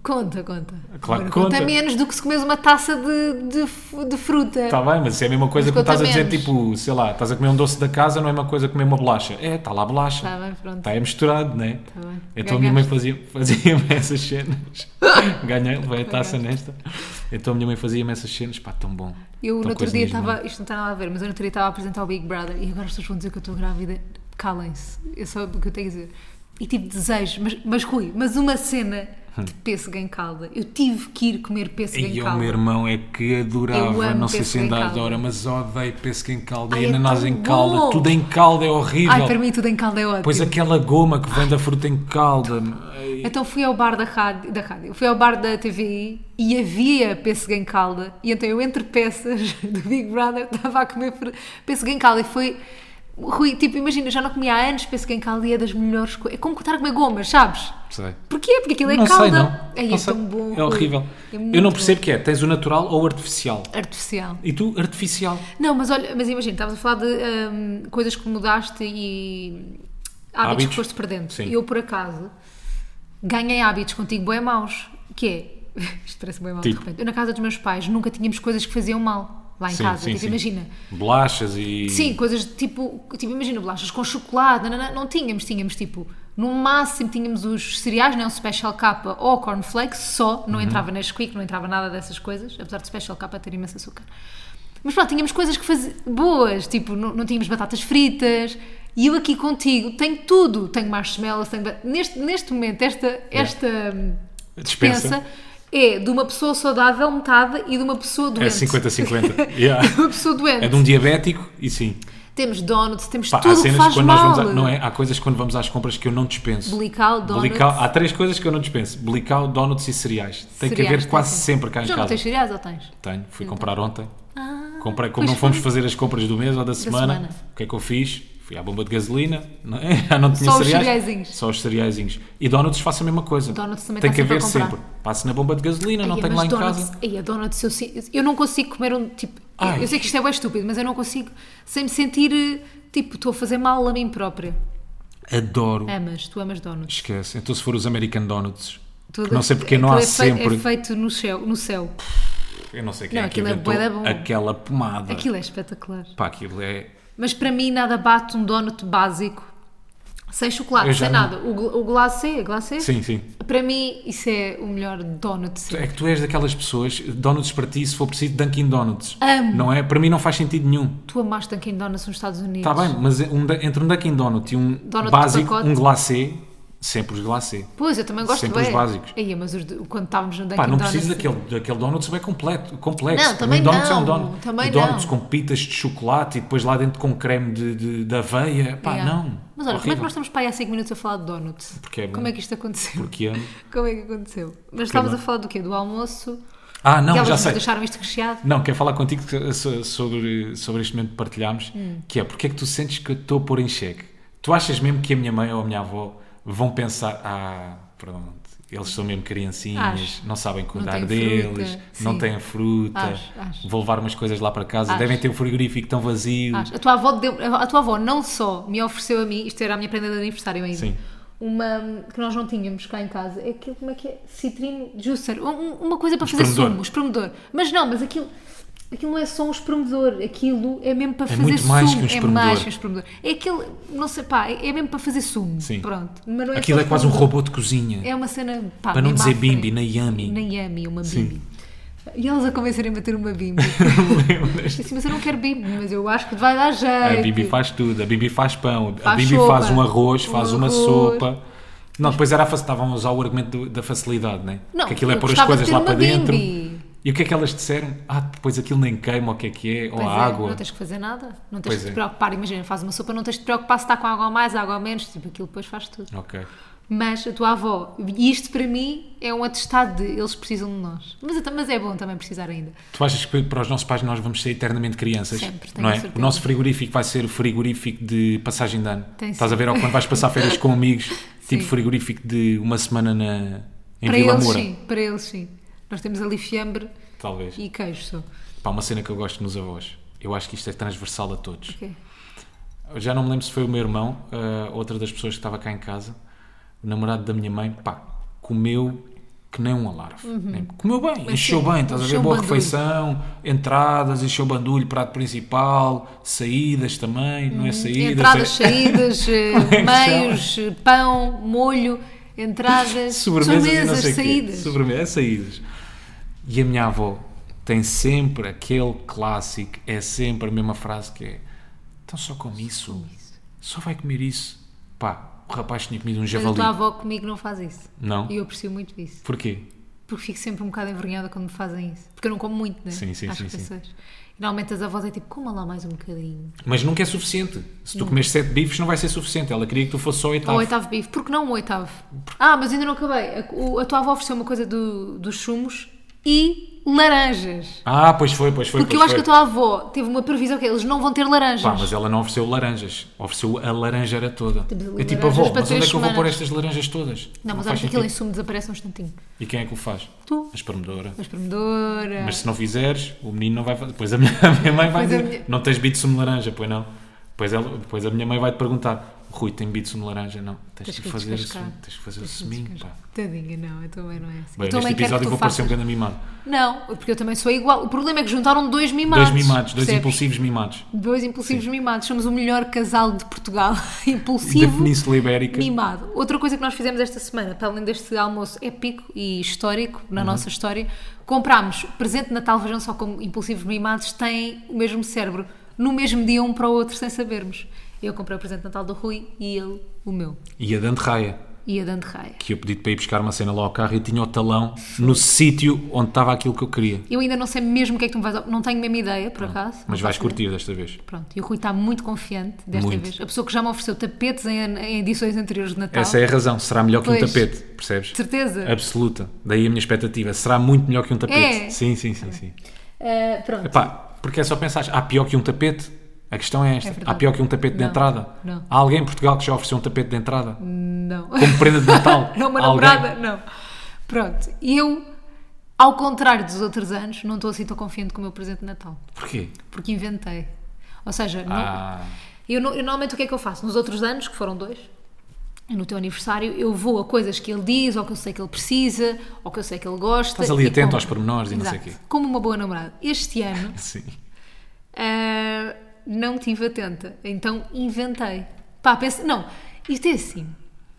Speaker 1: Conta, conta.
Speaker 2: tá. Claro que
Speaker 1: Agora, conta.
Speaker 2: conta.
Speaker 1: menos do que se comes uma taça de, de, f- de fruta.
Speaker 2: Está bem, mas isso é a mesma coisa
Speaker 1: Mas
Speaker 2: que me estás a
Speaker 1: conta
Speaker 2: dizer,
Speaker 1: menos.
Speaker 2: tipo, sei lá, estás a comer um doce da casa, não é uma coisa que comer uma bolacha. É, está lá a bolacha.
Speaker 1: Tá bem, pronto.
Speaker 2: Está aí misturado, não é?
Speaker 1: Tá bem.
Speaker 2: Então a minha mãe
Speaker 1: Ganhaste.
Speaker 2: fazia- fazia-me essas cenas. Ganhei, levei a taça nesta. Então a minha mãe fazia-me essas cenas, pá, tão bom.
Speaker 1: Eu
Speaker 2: Tão
Speaker 1: no outro
Speaker 2: coisa
Speaker 1: dia
Speaker 2: mesmo, não é?
Speaker 1: estava, isto não está nada a ver, mas eu no outro dia estava a apresentar o Big Brother e agora as pessoas vão dizer que eu estou grávida, calem-se, é só o que eu tenho a dizer. E tive desejos, mas, mas Rui, mas uma cena de pêssego em calda. Eu tive que ir comer pêssego
Speaker 2: E
Speaker 1: em
Speaker 2: o
Speaker 1: calda.
Speaker 2: meu irmão Hum. é que
Speaker 1: Eu
Speaker 2: adorava,
Speaker 1: amo
Speaker 2: não sei se
Speaker 1: pêssego em
Speaker 2: ainda
Speaker 1: calda.
Speaker 2: adora, mas odeio pesca em calda
Speaker 1: Ai,
Speaker 2: e
Speaker 1: é
Speaker 2: ananás
Speaker 1: tão
Speaker 2: em calda,
Speaker 1: bom.
Speaker 2: tudo em calda é horrível.
Speaker 1: Ai, para mim tudo em calda é ótimo.
Speaker 2: Pois aquela goma que vem da fruta em calda. ai,
Speaker 1: Então fui ao bar da rádio, da rádio, fui ao bar da TVI e havia pêssego em calda. E então eu, entre peças do Big Brother, estava a comer fru- pêssego em calda. E foi. Rui, tipo, imagina, já não comia há anos pêssego em calda e é das melhores coisas. É como cortar a comer gomas, sabes?
Speaker 2: sei.
Speaker 1: Porquê? Porque aquilo é
Speaker 2: não
Speaker 1: calda.
Speaker 2: sei, não.
Speaker 1: Ai,
Speaker 2: Não
Speaker 1: é
Speaker 2: sei.
Speaker 1: tão bom.
Speaker 2: É
Speaker 1: Rui.
Speaker 2: horrível.
Speaker 1: É
Speaker 2: Eu não
Speaker 1: muito
Speaker 2: percebo o que é. Tens o natural ou o artificial.
Speaker 1: bom. Artificial.
Speaker 2: E tu, artificial.
Speaker 1: Não, mas olha, mas imagina, estavas a falar de hum, coisas que mudaste e hábitos,
Speaker 2: Hábitos?
Speaker 1: que foste perdendo.
Speaker 2: Sim.
Speaker 1: Eu, por acaso, ganhei hábitos contigo bem maus, que é, isto parece bem mau
Speaker 2: Tipo?
Speaker 1: de repente, eu na casa dos meus pais nunca tínhamos coisas que faziam mal lá em
Speaker 2: Sim,
Speaker 1: casa,
Speaker 2: sim,
Speaker 1: tipo,
Speaker 2: sim.
Speaker 1: imagina.
Speaker 2: Bolachas e.
Speaker 1: Sim, coisas de tipo, tipo, imagina, bolachas com chocolate, nananã, não tínhamos, tínhamos tipo, no máximo tínhamos os cereais, não, é um Special K ou Cornflakes, só,
Speaker 2: Uhum.
Speaker 1: não entrava Nesquik, não entrava nada dessas coisas, apesar de Special K ter imenso açúcar. Mas pronto, tínhamos coisas que fazi- boas, tipo, não, não tínhamos batatas fritas, e eu aqui contigo tenho tudo, tenho marshmallows, tenho... ba- Neste, neste momento, esta, esta hum,
Speaker 2: É. Dispensa.
Speaker 1: dispensa é de uma pessoa saudável metade e de uma pessoa doente.
Speaker 2: É 50-50. Yeah.
Speaker 1: de uma pessoa doente.
Speaker 2: É de um diabético e sim.
Speaker 1: Temos donuts, temos
Speaker 2: Pá, há
Speaker 1: tudo que
Speaker 2: cenas que
Speaker 1: faz
Speaker 2: quando
Speaker 1: mal.
Speaker 2: nós vamos. A, não é? Há coisas que quando vamos às compras que eu não dispenso.
Speaker 1: Blical, donuts.
Speaker 2: Blical, há três coisas que eu não dispenso: blical, donuts e cereais. Tem que
Speaker 1: cereais,
Speaker 2: haver
Speaker 1: tem
Speaker 2: quase sempre cá em
Speaker 1: Já não
Speaker 2: casa.
Speaker 1: tens Então. cereais ou tens?
Speaker 2: Tenho, fui comprar ontem.
Speaker 1: Ah,
Speaker 2: Comprei, como
Speaker 1: pois
Speaker 2: não fomos
Speaker 1: foi.
Speaker 2: fazer as compras do mês ou da semana,
Speaker 1: semana.
Speaker 2: o que é que eu fiz? Fui à bomba de gasolina, não é? já não tinha
Speaker 1: Só os
Speaker 2: cereais.
Speaker 1: cereaizinhos.
Speaker 2: Só os cereaizinhos. E donuts faço a mesma coisa.
Speaker 1: Donuts também
Speaker 2: Tem
Speaker 1: tá
Speaker 2: que
Speaker 1: sempre
Speaker 2: haver
Speaker 1: a comprar.
Speaker 2: sempre. Passo na bomba de gasolina, não
Speaker 1: Ai, é,
Speaker 2: tenho
Speaker 1: mas
Speaker 2: lá em
Speaker 1: donuts,
Speaker 2: casa.
Speaker 1: Ai, a donuts, eu, si- eu não consigo comer um tipo. eu-
Speaker 2: Ai.
Speaker 1: Eu sei que isto é bem estúpido, mas eu não consigo sem me sentir eh, tipo, estou a fazer mal a mim própria.
Speaker 2: Adoro.
Speaker 1: Amas, tu amas donuts.
Speaker 2: Esquece. Então se for os American Donuts,
Speaker 1: Tudo-
Speaker 2: que não sei porque não
Speaker 1: aquilo
Speaker 2: há
Speaker 1: é fei-
Speaker 2: sempre.
Speaker 1: É feito no céu. No céu.
Speaker 2: Eu não sei quem
Speaker 1: Não,
Speaker 2: é que
Speaker 1: aquilo é
Speaker 2: inventou
Speaker 1: bué da bom.
Speaker 2: aquela pomada.
Speaker 1: Aquilo é espetacular.
Speaker 2: Pá, aquilo é.
Speaker 1: Mas para mim nada bate um donut básico sem
Speaker 2: Eu
Speaker 1: chocolate,
Speaker 2: já
Speaker 1: sem
Speaker 2: não-
Speaker 1: nada. O, gl- o glacê, glacê?
Speaker 2: Sim, sim.
Speaker 1: Para mim, isso é o melhor donut sempre.
Speaker 2: É que tu és daquelas pessoas, donuts para ti, se for preciso, Dunkin' Donuts.
Speaker 1: Amo.
Speaker 2: Não é? Para mim não faz sentido nenhum.
Speaker 1: Tu amaste Dunkin' Donuts nos Estados Unidos.
Speaker 2: Está bem, mas um da- entre um Dunkin' Donut e um
Speaker 1: Donut
Speaker 2: básico,
Speaker 1: de pacote.
Speaker 2: um glacê, sempre os glacê.
Speaker 1: Pois, eu também gosto
Speaker 2: Sempre
Speaker 1: bem.
Speaker 2: os básicos.
Speaker 1: Aí, mas os de- quando estávamos no Dunkin'
Speaker 2: Pá, não
Speaker 1: Donuts...
Speaker 2: preciso daquele, daquele donut bem completo, complexo.
Speaker 1: Não,
Speaker 2: Para
Speaker 1: também
Speaker 2: mim, donuts
Speaker 1: não,
Speaker 2: é um donut.
Speaker 1: também
Speaker 2: e donuts
Speaker 1: não.
Speaker 2: com pitas de chocolate e depois lá dentro com creme de, de, de aveia. Pá,
Speaker 1: Yeah.
Speaker 2: não.
Speaker 1: Mas olha, como é que
Speaker 2: Horrível.
Speaker 1: nós estamos para aí há 5 minutos a falar de donuts?
Speaker 2: Porque é bom.
Speaker 1: Como é que isto aconteceu?
Speaker 2: Porque amo.
Speaker 1: Como é que aconteceu? Mas estávamos
Speaker 2: não.
Speaker 1: a falar do quê? Do almoço?
Speaker 2: Ah,
Speaker 1: e
Speaker 2: não,
Speaker 1: elas
Speaker 2: já
Speaker 1: nos
Speaker 2: sei.
Speaker 1: deixaram isto recheado?
Speaker 2: Não, quero falar contigo que- so- sobre, sobre este momento que partilhámos,
Speaker 1: Hum.
Speaker 2: que é porque é que tu sentes que eu estou a pôr em xeque? Tu achas mesmo que a minha mãe ou a minha avó vão pensar, ah, pronto, eles são mesmo criancinhas,
Speaker 1: Acho.
Speaker 2: não sabem cuidar
Speaker 1: têm
Speaker 2: deles,
Speaker 1: fruta,
Speaker 2: não
Speaker 1: sim.
Speaker 2: têm fruta,
Speaker 1: Acho, acho.
Speaker 2: vou levar umas coisas lá para casa,
Speaker 1: Acho.
Speaker 2: devem ter o frigorífico tão vazio.
Speaker 1: Acho. A tua, avó deu- a tua avó não só me ofereceu a mim, isto era a minha prenda de aniversário ainda,
Speaker 2: Sim.
Speaker 1: uma que nós não tínhamos cá em casa, é aquilo, como é que é? Citrino juicer, um- um- uma coisa para fazer
Speaker 2: Espremedor.
Speaker 1: sumo, espremedor. Mas não, mas aquilo, aquilo não é só um espremedor, aquilo é mesmo para fazer
Speaker 2: muito
Speaker 1: sumo.
Speaker 2: mais
Speaker 1: é
Speaker 2: que um
Speaker 1: mais
Speaker 2: espremedor.
Speaker 1: que um espremedor. É aquilo, não sei, pá, é é mesmo para fazer sumo.
Speaker 2: Sim.
Speaker 1: Pronto. Mas não
Speaker 2: Aquilo
Speaker 1: só
Speaker 2: é quase um
Speaker 1: espremedor.
Speaker 2: robô de cozinha,
Speaker 1: É uma cena, pá,
Speaker 2: para não
Speaker 1: mesmo à
Speaker 2: dizer bimbi,
Speaker 1: frente.
Speaker 2: na yami.
Speaker 1: Na Yami, uma bimbi. E elas a convencerem-me a ter uma bimbi. Eu disse, mas eu não quero bimbi, mas eu acho que vai dar
Speaker 2: A
Speaker 1: jeito.
Speaker 2: Bibi faz tudo, a Bibi faz pão, a
Speaker 1: É Faz
Speaker 2: Bibi
Speaker 1: sopa.
Speaker 2: faz um arroz,
Speaker 1: Um
Speaker 2: faz uma
Speaker 1: arroz.
Speaker 2: sopa. Não, depois era a fac- estavam a usar o argumento do- da facilidade, né?
Speaker 1: Não,
Speaker 2: que aquilo é
Speaker 1: eu
Speaker 2: pôr as
Speaker 1: gostava
Speaker 2: coisas
Speaker 1: de ter
Speaker 2: lá
Speaker 1: uma
Speaker 2: para dentro.
Speaker 1: Bimbi.
Speaker 2: E o que é que elas disseram? Ah, depois aquilo nem queima, o que é que é? Ou
Speaker 1: Pois
Speaker 2: a
Speaker 1: é,
Speaker 2: água.
Speaker 1: Não tens que fazer nada. Não tens
Speaker 2: Pois
Speaker 1: que
Speaker 2: é.
Speaker 1: te preocupar. Imagina, faz uma sopa, não tens que te preocupar se está com água a mais, água a menos. Tipo, aquilo depois faz tudo.
Speaker 2: Ok.
Speaker 1: Mas a tua avó, e isto para mim é um atestado de eles precisam de nós. Mas, eu tam- mas é bom também precisar ainda.
Speaker 2: Tu achas que para os nossos pais nós vamos ser eternamente crianças?
Speaker 1: Sempre, tenho
Speaker 2: não é?
Speaker 1: certeza.
Speaker 2: O nosso frigorífico vai ser o frigorífico de passagem de ano.
Speaker 1: Tem
Speaker 2: Estás a ver? Ou quando vais passar férias com amigos, tipo frigorífico de uma semana na, em
Speaker 1: para
Speaker 2: Vila
Speaker 1: eles
Speaker 2: Moura.
Speaker 1: sim, para eles sim. Nós temos ali fiambre
Speaker 2: Talvez.
Speaker 1: e queijo só.
Speaker 2: Pá, uma cena que eu gosto nos avós. Eu acho que isto é transversal a todos.
Speaker 1: Ok.
Speaker 2: Eu Já não me lembro se foi o meu irmão, ah, outra das pessoas que estava cá em casa, o namorado da minha mãe, pá, comeu que nem um alarve. né? Comeu bem, encheu
Speaker 1: Uhum. sim,
Speaker 2: bem, estás a ver?
Speaker 1: encheu um
Speaker 2: Boa
Speaker 1: bandulho.
Speaker 2: refeição, entradas, encheu bandulho, prato principal, saídas também, não é saídas.
Speaker 1: Uhum. Entradas,
Speaker 2: é...
Speaker 1: saídas, eh,
Speaker 2: Como é que
Speaker 1: meios, eh, pão, molho, entradas,
Speaker 2: sobremesas, e não sei o quê.
Speaker 1: saídas.
Speaker 2: Sobremesas, é saídas. E a minha avó, tem sempre aquele clássico, é sempre a mesma frase que é então só come isso, só vai comer isso. Pá, o rapaz tinha comido um
Speaker 1: Mas a
Speaker 2: javali.
Speaker 1: tua avó comigo não faz isso.
Speaker 2: Não?
Speaker 1: E eu aprecio muito isso.
Speaker 2: Porquê?
Speaker 1: Porque fico sempre um bocado envergonhada quando me fazem isso. Porque eu não como muito, né?
Speaker 2: Sim, sim,
Speaker 1: Às
Speaker 2: sim, sim.
Speaker 1: refeições. E normalmente as avós é tipo, coma lá mais um bocadinho.
Speaker 2: Mas nunca é suficiente. Se tu comeres sete bifes, não vai ser suficiente. Ela queria que tu fosse só
Speaker 1: Ou
Speaker 2: oitavo.
Speaker 1: oitavo bife. Porque não o oitavo? Ah, mas ainda não acabei. A, o- a tua avó ofereceu uma coisa do- dos chumos e laranjas.
Speaker 2: Ah, pois foi, pois foi.
Speaker 1: Porque eu
Speaker 2: pois
Speaker 1: acho que
Speaker 2: foi.
Speaker 1: a tua avó teve uma previsão que é, eles não vão ter laranjas.
Speaker 2: Pá, mas ela não ofereceu laranjas, ofereceu a laranjeira toda.
Speaker 1: Tipo,
Speaker 2: é tipo,
Speaker 1: laranjas
Speaker 2: avó,
Speaker 1: para
Speaker 2: mas onde é
Speaker 1: três
Speaker 2: que eu vou pôr
Speaker 1: semanas.
Speaker 2: estas laranjas todas?
Speaker 1: não, mas
Speaker 2: faz
Speaker 1: acho que aquilo em
Speaker 2: sentido.
Speaker 1: sumo desaparece um instantinho.
Speaker 2: E quem é que o faz?
Speaker 1: Tu,
Speaker 2: A espremedora.
Speaker 1: a espremedora.
Speaker 2: Mas se não fizeres, o menino não vai fazer. Depois a minha, a minha mãe vai
Speaker 1: Pois a
Speaker 2: dizer:
Speaker 1: minha-
Speaker 2: Não tens beat de sumo de laranja, pois não. Depois, ela, depois a minha mãe vai te perguntar: Rui, tem beat de sumo de laranja? Não, tens,
Speaker 1: Tens
Speaker 2: que,
Speaker 1: que
Speaker 2: fazer o
Speaker 1: descascar.
Speaker 2: sumo- tens que fazer
Speaker 1: Tens
Speaker 2: o
Speaker 1: que
Speaker 2: suminho. Pá.
Speaker 1: descascar. Tadinha, não, eu também não é assim.
Speaker 2: Bem,
Speaker 1: eu também quero
Speaker 2: neste
Speaker 1: que
Speaker 2: episódio
Speaker 1: tu
Speaker 2: vou parecer um
Speaker 1: faças.
Speaker 2: bocadinho mimado.
Speaker 1: Não, porque eu também sou igual. O problema é que juntaram dois mimados.
Speaker 2: dois mimados, dois
Speaker 1: percebes?
Speaker 2: impulsivos mimados.
Speaker 1: Dois impulsivos mimados. Somos o melhor casal de Portugal.
Speaker 2: da
Speaker 1: Impulsivo.
Speaker 2: Península Ibérica.
Speaker 1: Mimado. Outra coisa que nós fizemos esta semana, para além deste almoço épico e histórico
Speaker 2: Uhum.
Speaker 1: na nossa história, comprámos presente de Natal, vejam só como impulsivos mimados têm o mesmo cérebro, no mesmo dia um para o outro, sem sabermos. Eu comprei o presente de Natal do Rui e ele o meu.
Speaker 2: E a Dante Raia,
Speaker 1: E a dando raia.
Speaker 2: que eu pedi para ir buscar uma cena lá ao carro e tinha o talão no sítio onde estava aquilo que eu queria.
Speaker 1: Eu ainda não sei mesmo o que é que tu me vais. ao- Não tenho a mesma ideia, por acaso.
Speaker 2: Mas
Speaker 1: Não
Speaker 2: vais
Speaker 1: faço ideia.
Speaker 2: curtir desta vez.
Speaker 1: Pronto, e o Rui está muito confiante desta
Speaker 2: Muito.
Speaker 1: vez. A pessoa que já me ofereceu tapetes em, em edições anteriores de Natal.
Speaker 2: Essa é a razão. Será melhor que um
Speaker 1: Tá. Pois.
Speaker 2: tapete, percebes?
Speaker 1: Certeza.
Speaker 2: Absoluta. Daí a minha expectativa. Será muito melhor que um tapete.
Speaker 1: É.
Speaker 2: Sim, sim, sim, sim.
Speaker 1: Ah, pronto.
Speaker 2: Epá, porque é só pensar, há pior que um tapete? A questão é esta.
Speaker 1: É verdade.
Speaker 2: há pior que um tapete de
Speaker 1: Não,
Speaker 2: entrada?
Speaker 1: não.
Speaker 2: Há alguém em Portugal que já ofereceu um tapete de entrada?
Speaker 1: Não.
Speaker 2: Como prenda de Natal?
Speaker 1: não, uma
Speaker 2: Há alguém?
Speaker 1: namorada, não. Pronto, e eu, ao contrário dos outros anos, não estou assim tão confiante com o meu presente de Natal.
Speaker 2: Porquê?
Speaker 1: Porque inventei. Ou seja, não-
Speaker 2: Ah,
Speaker 1: eu, não- eu normalmente o que é que eu faço? Nos outros anos, que foram dois, e no teu aniversário, eu vou a coisas que ele diz, ou que eu sei que ele precisa, ou que eu sei que ele gosta.
Speaker 2: Estás ali
Speaker 1: e
Speaker 2: atento
Speaker 1: compro.
Speaker 2: aos pormenores e não sei
Speaker 1: Exato.
Speaker 2: quê.
Speaker 1: Como uma boa namorada. Este ano,
Speaker 2: sim.
Speaker 1: ah, não estive atenta, então inventei. Pá, pense, não, isto é assim.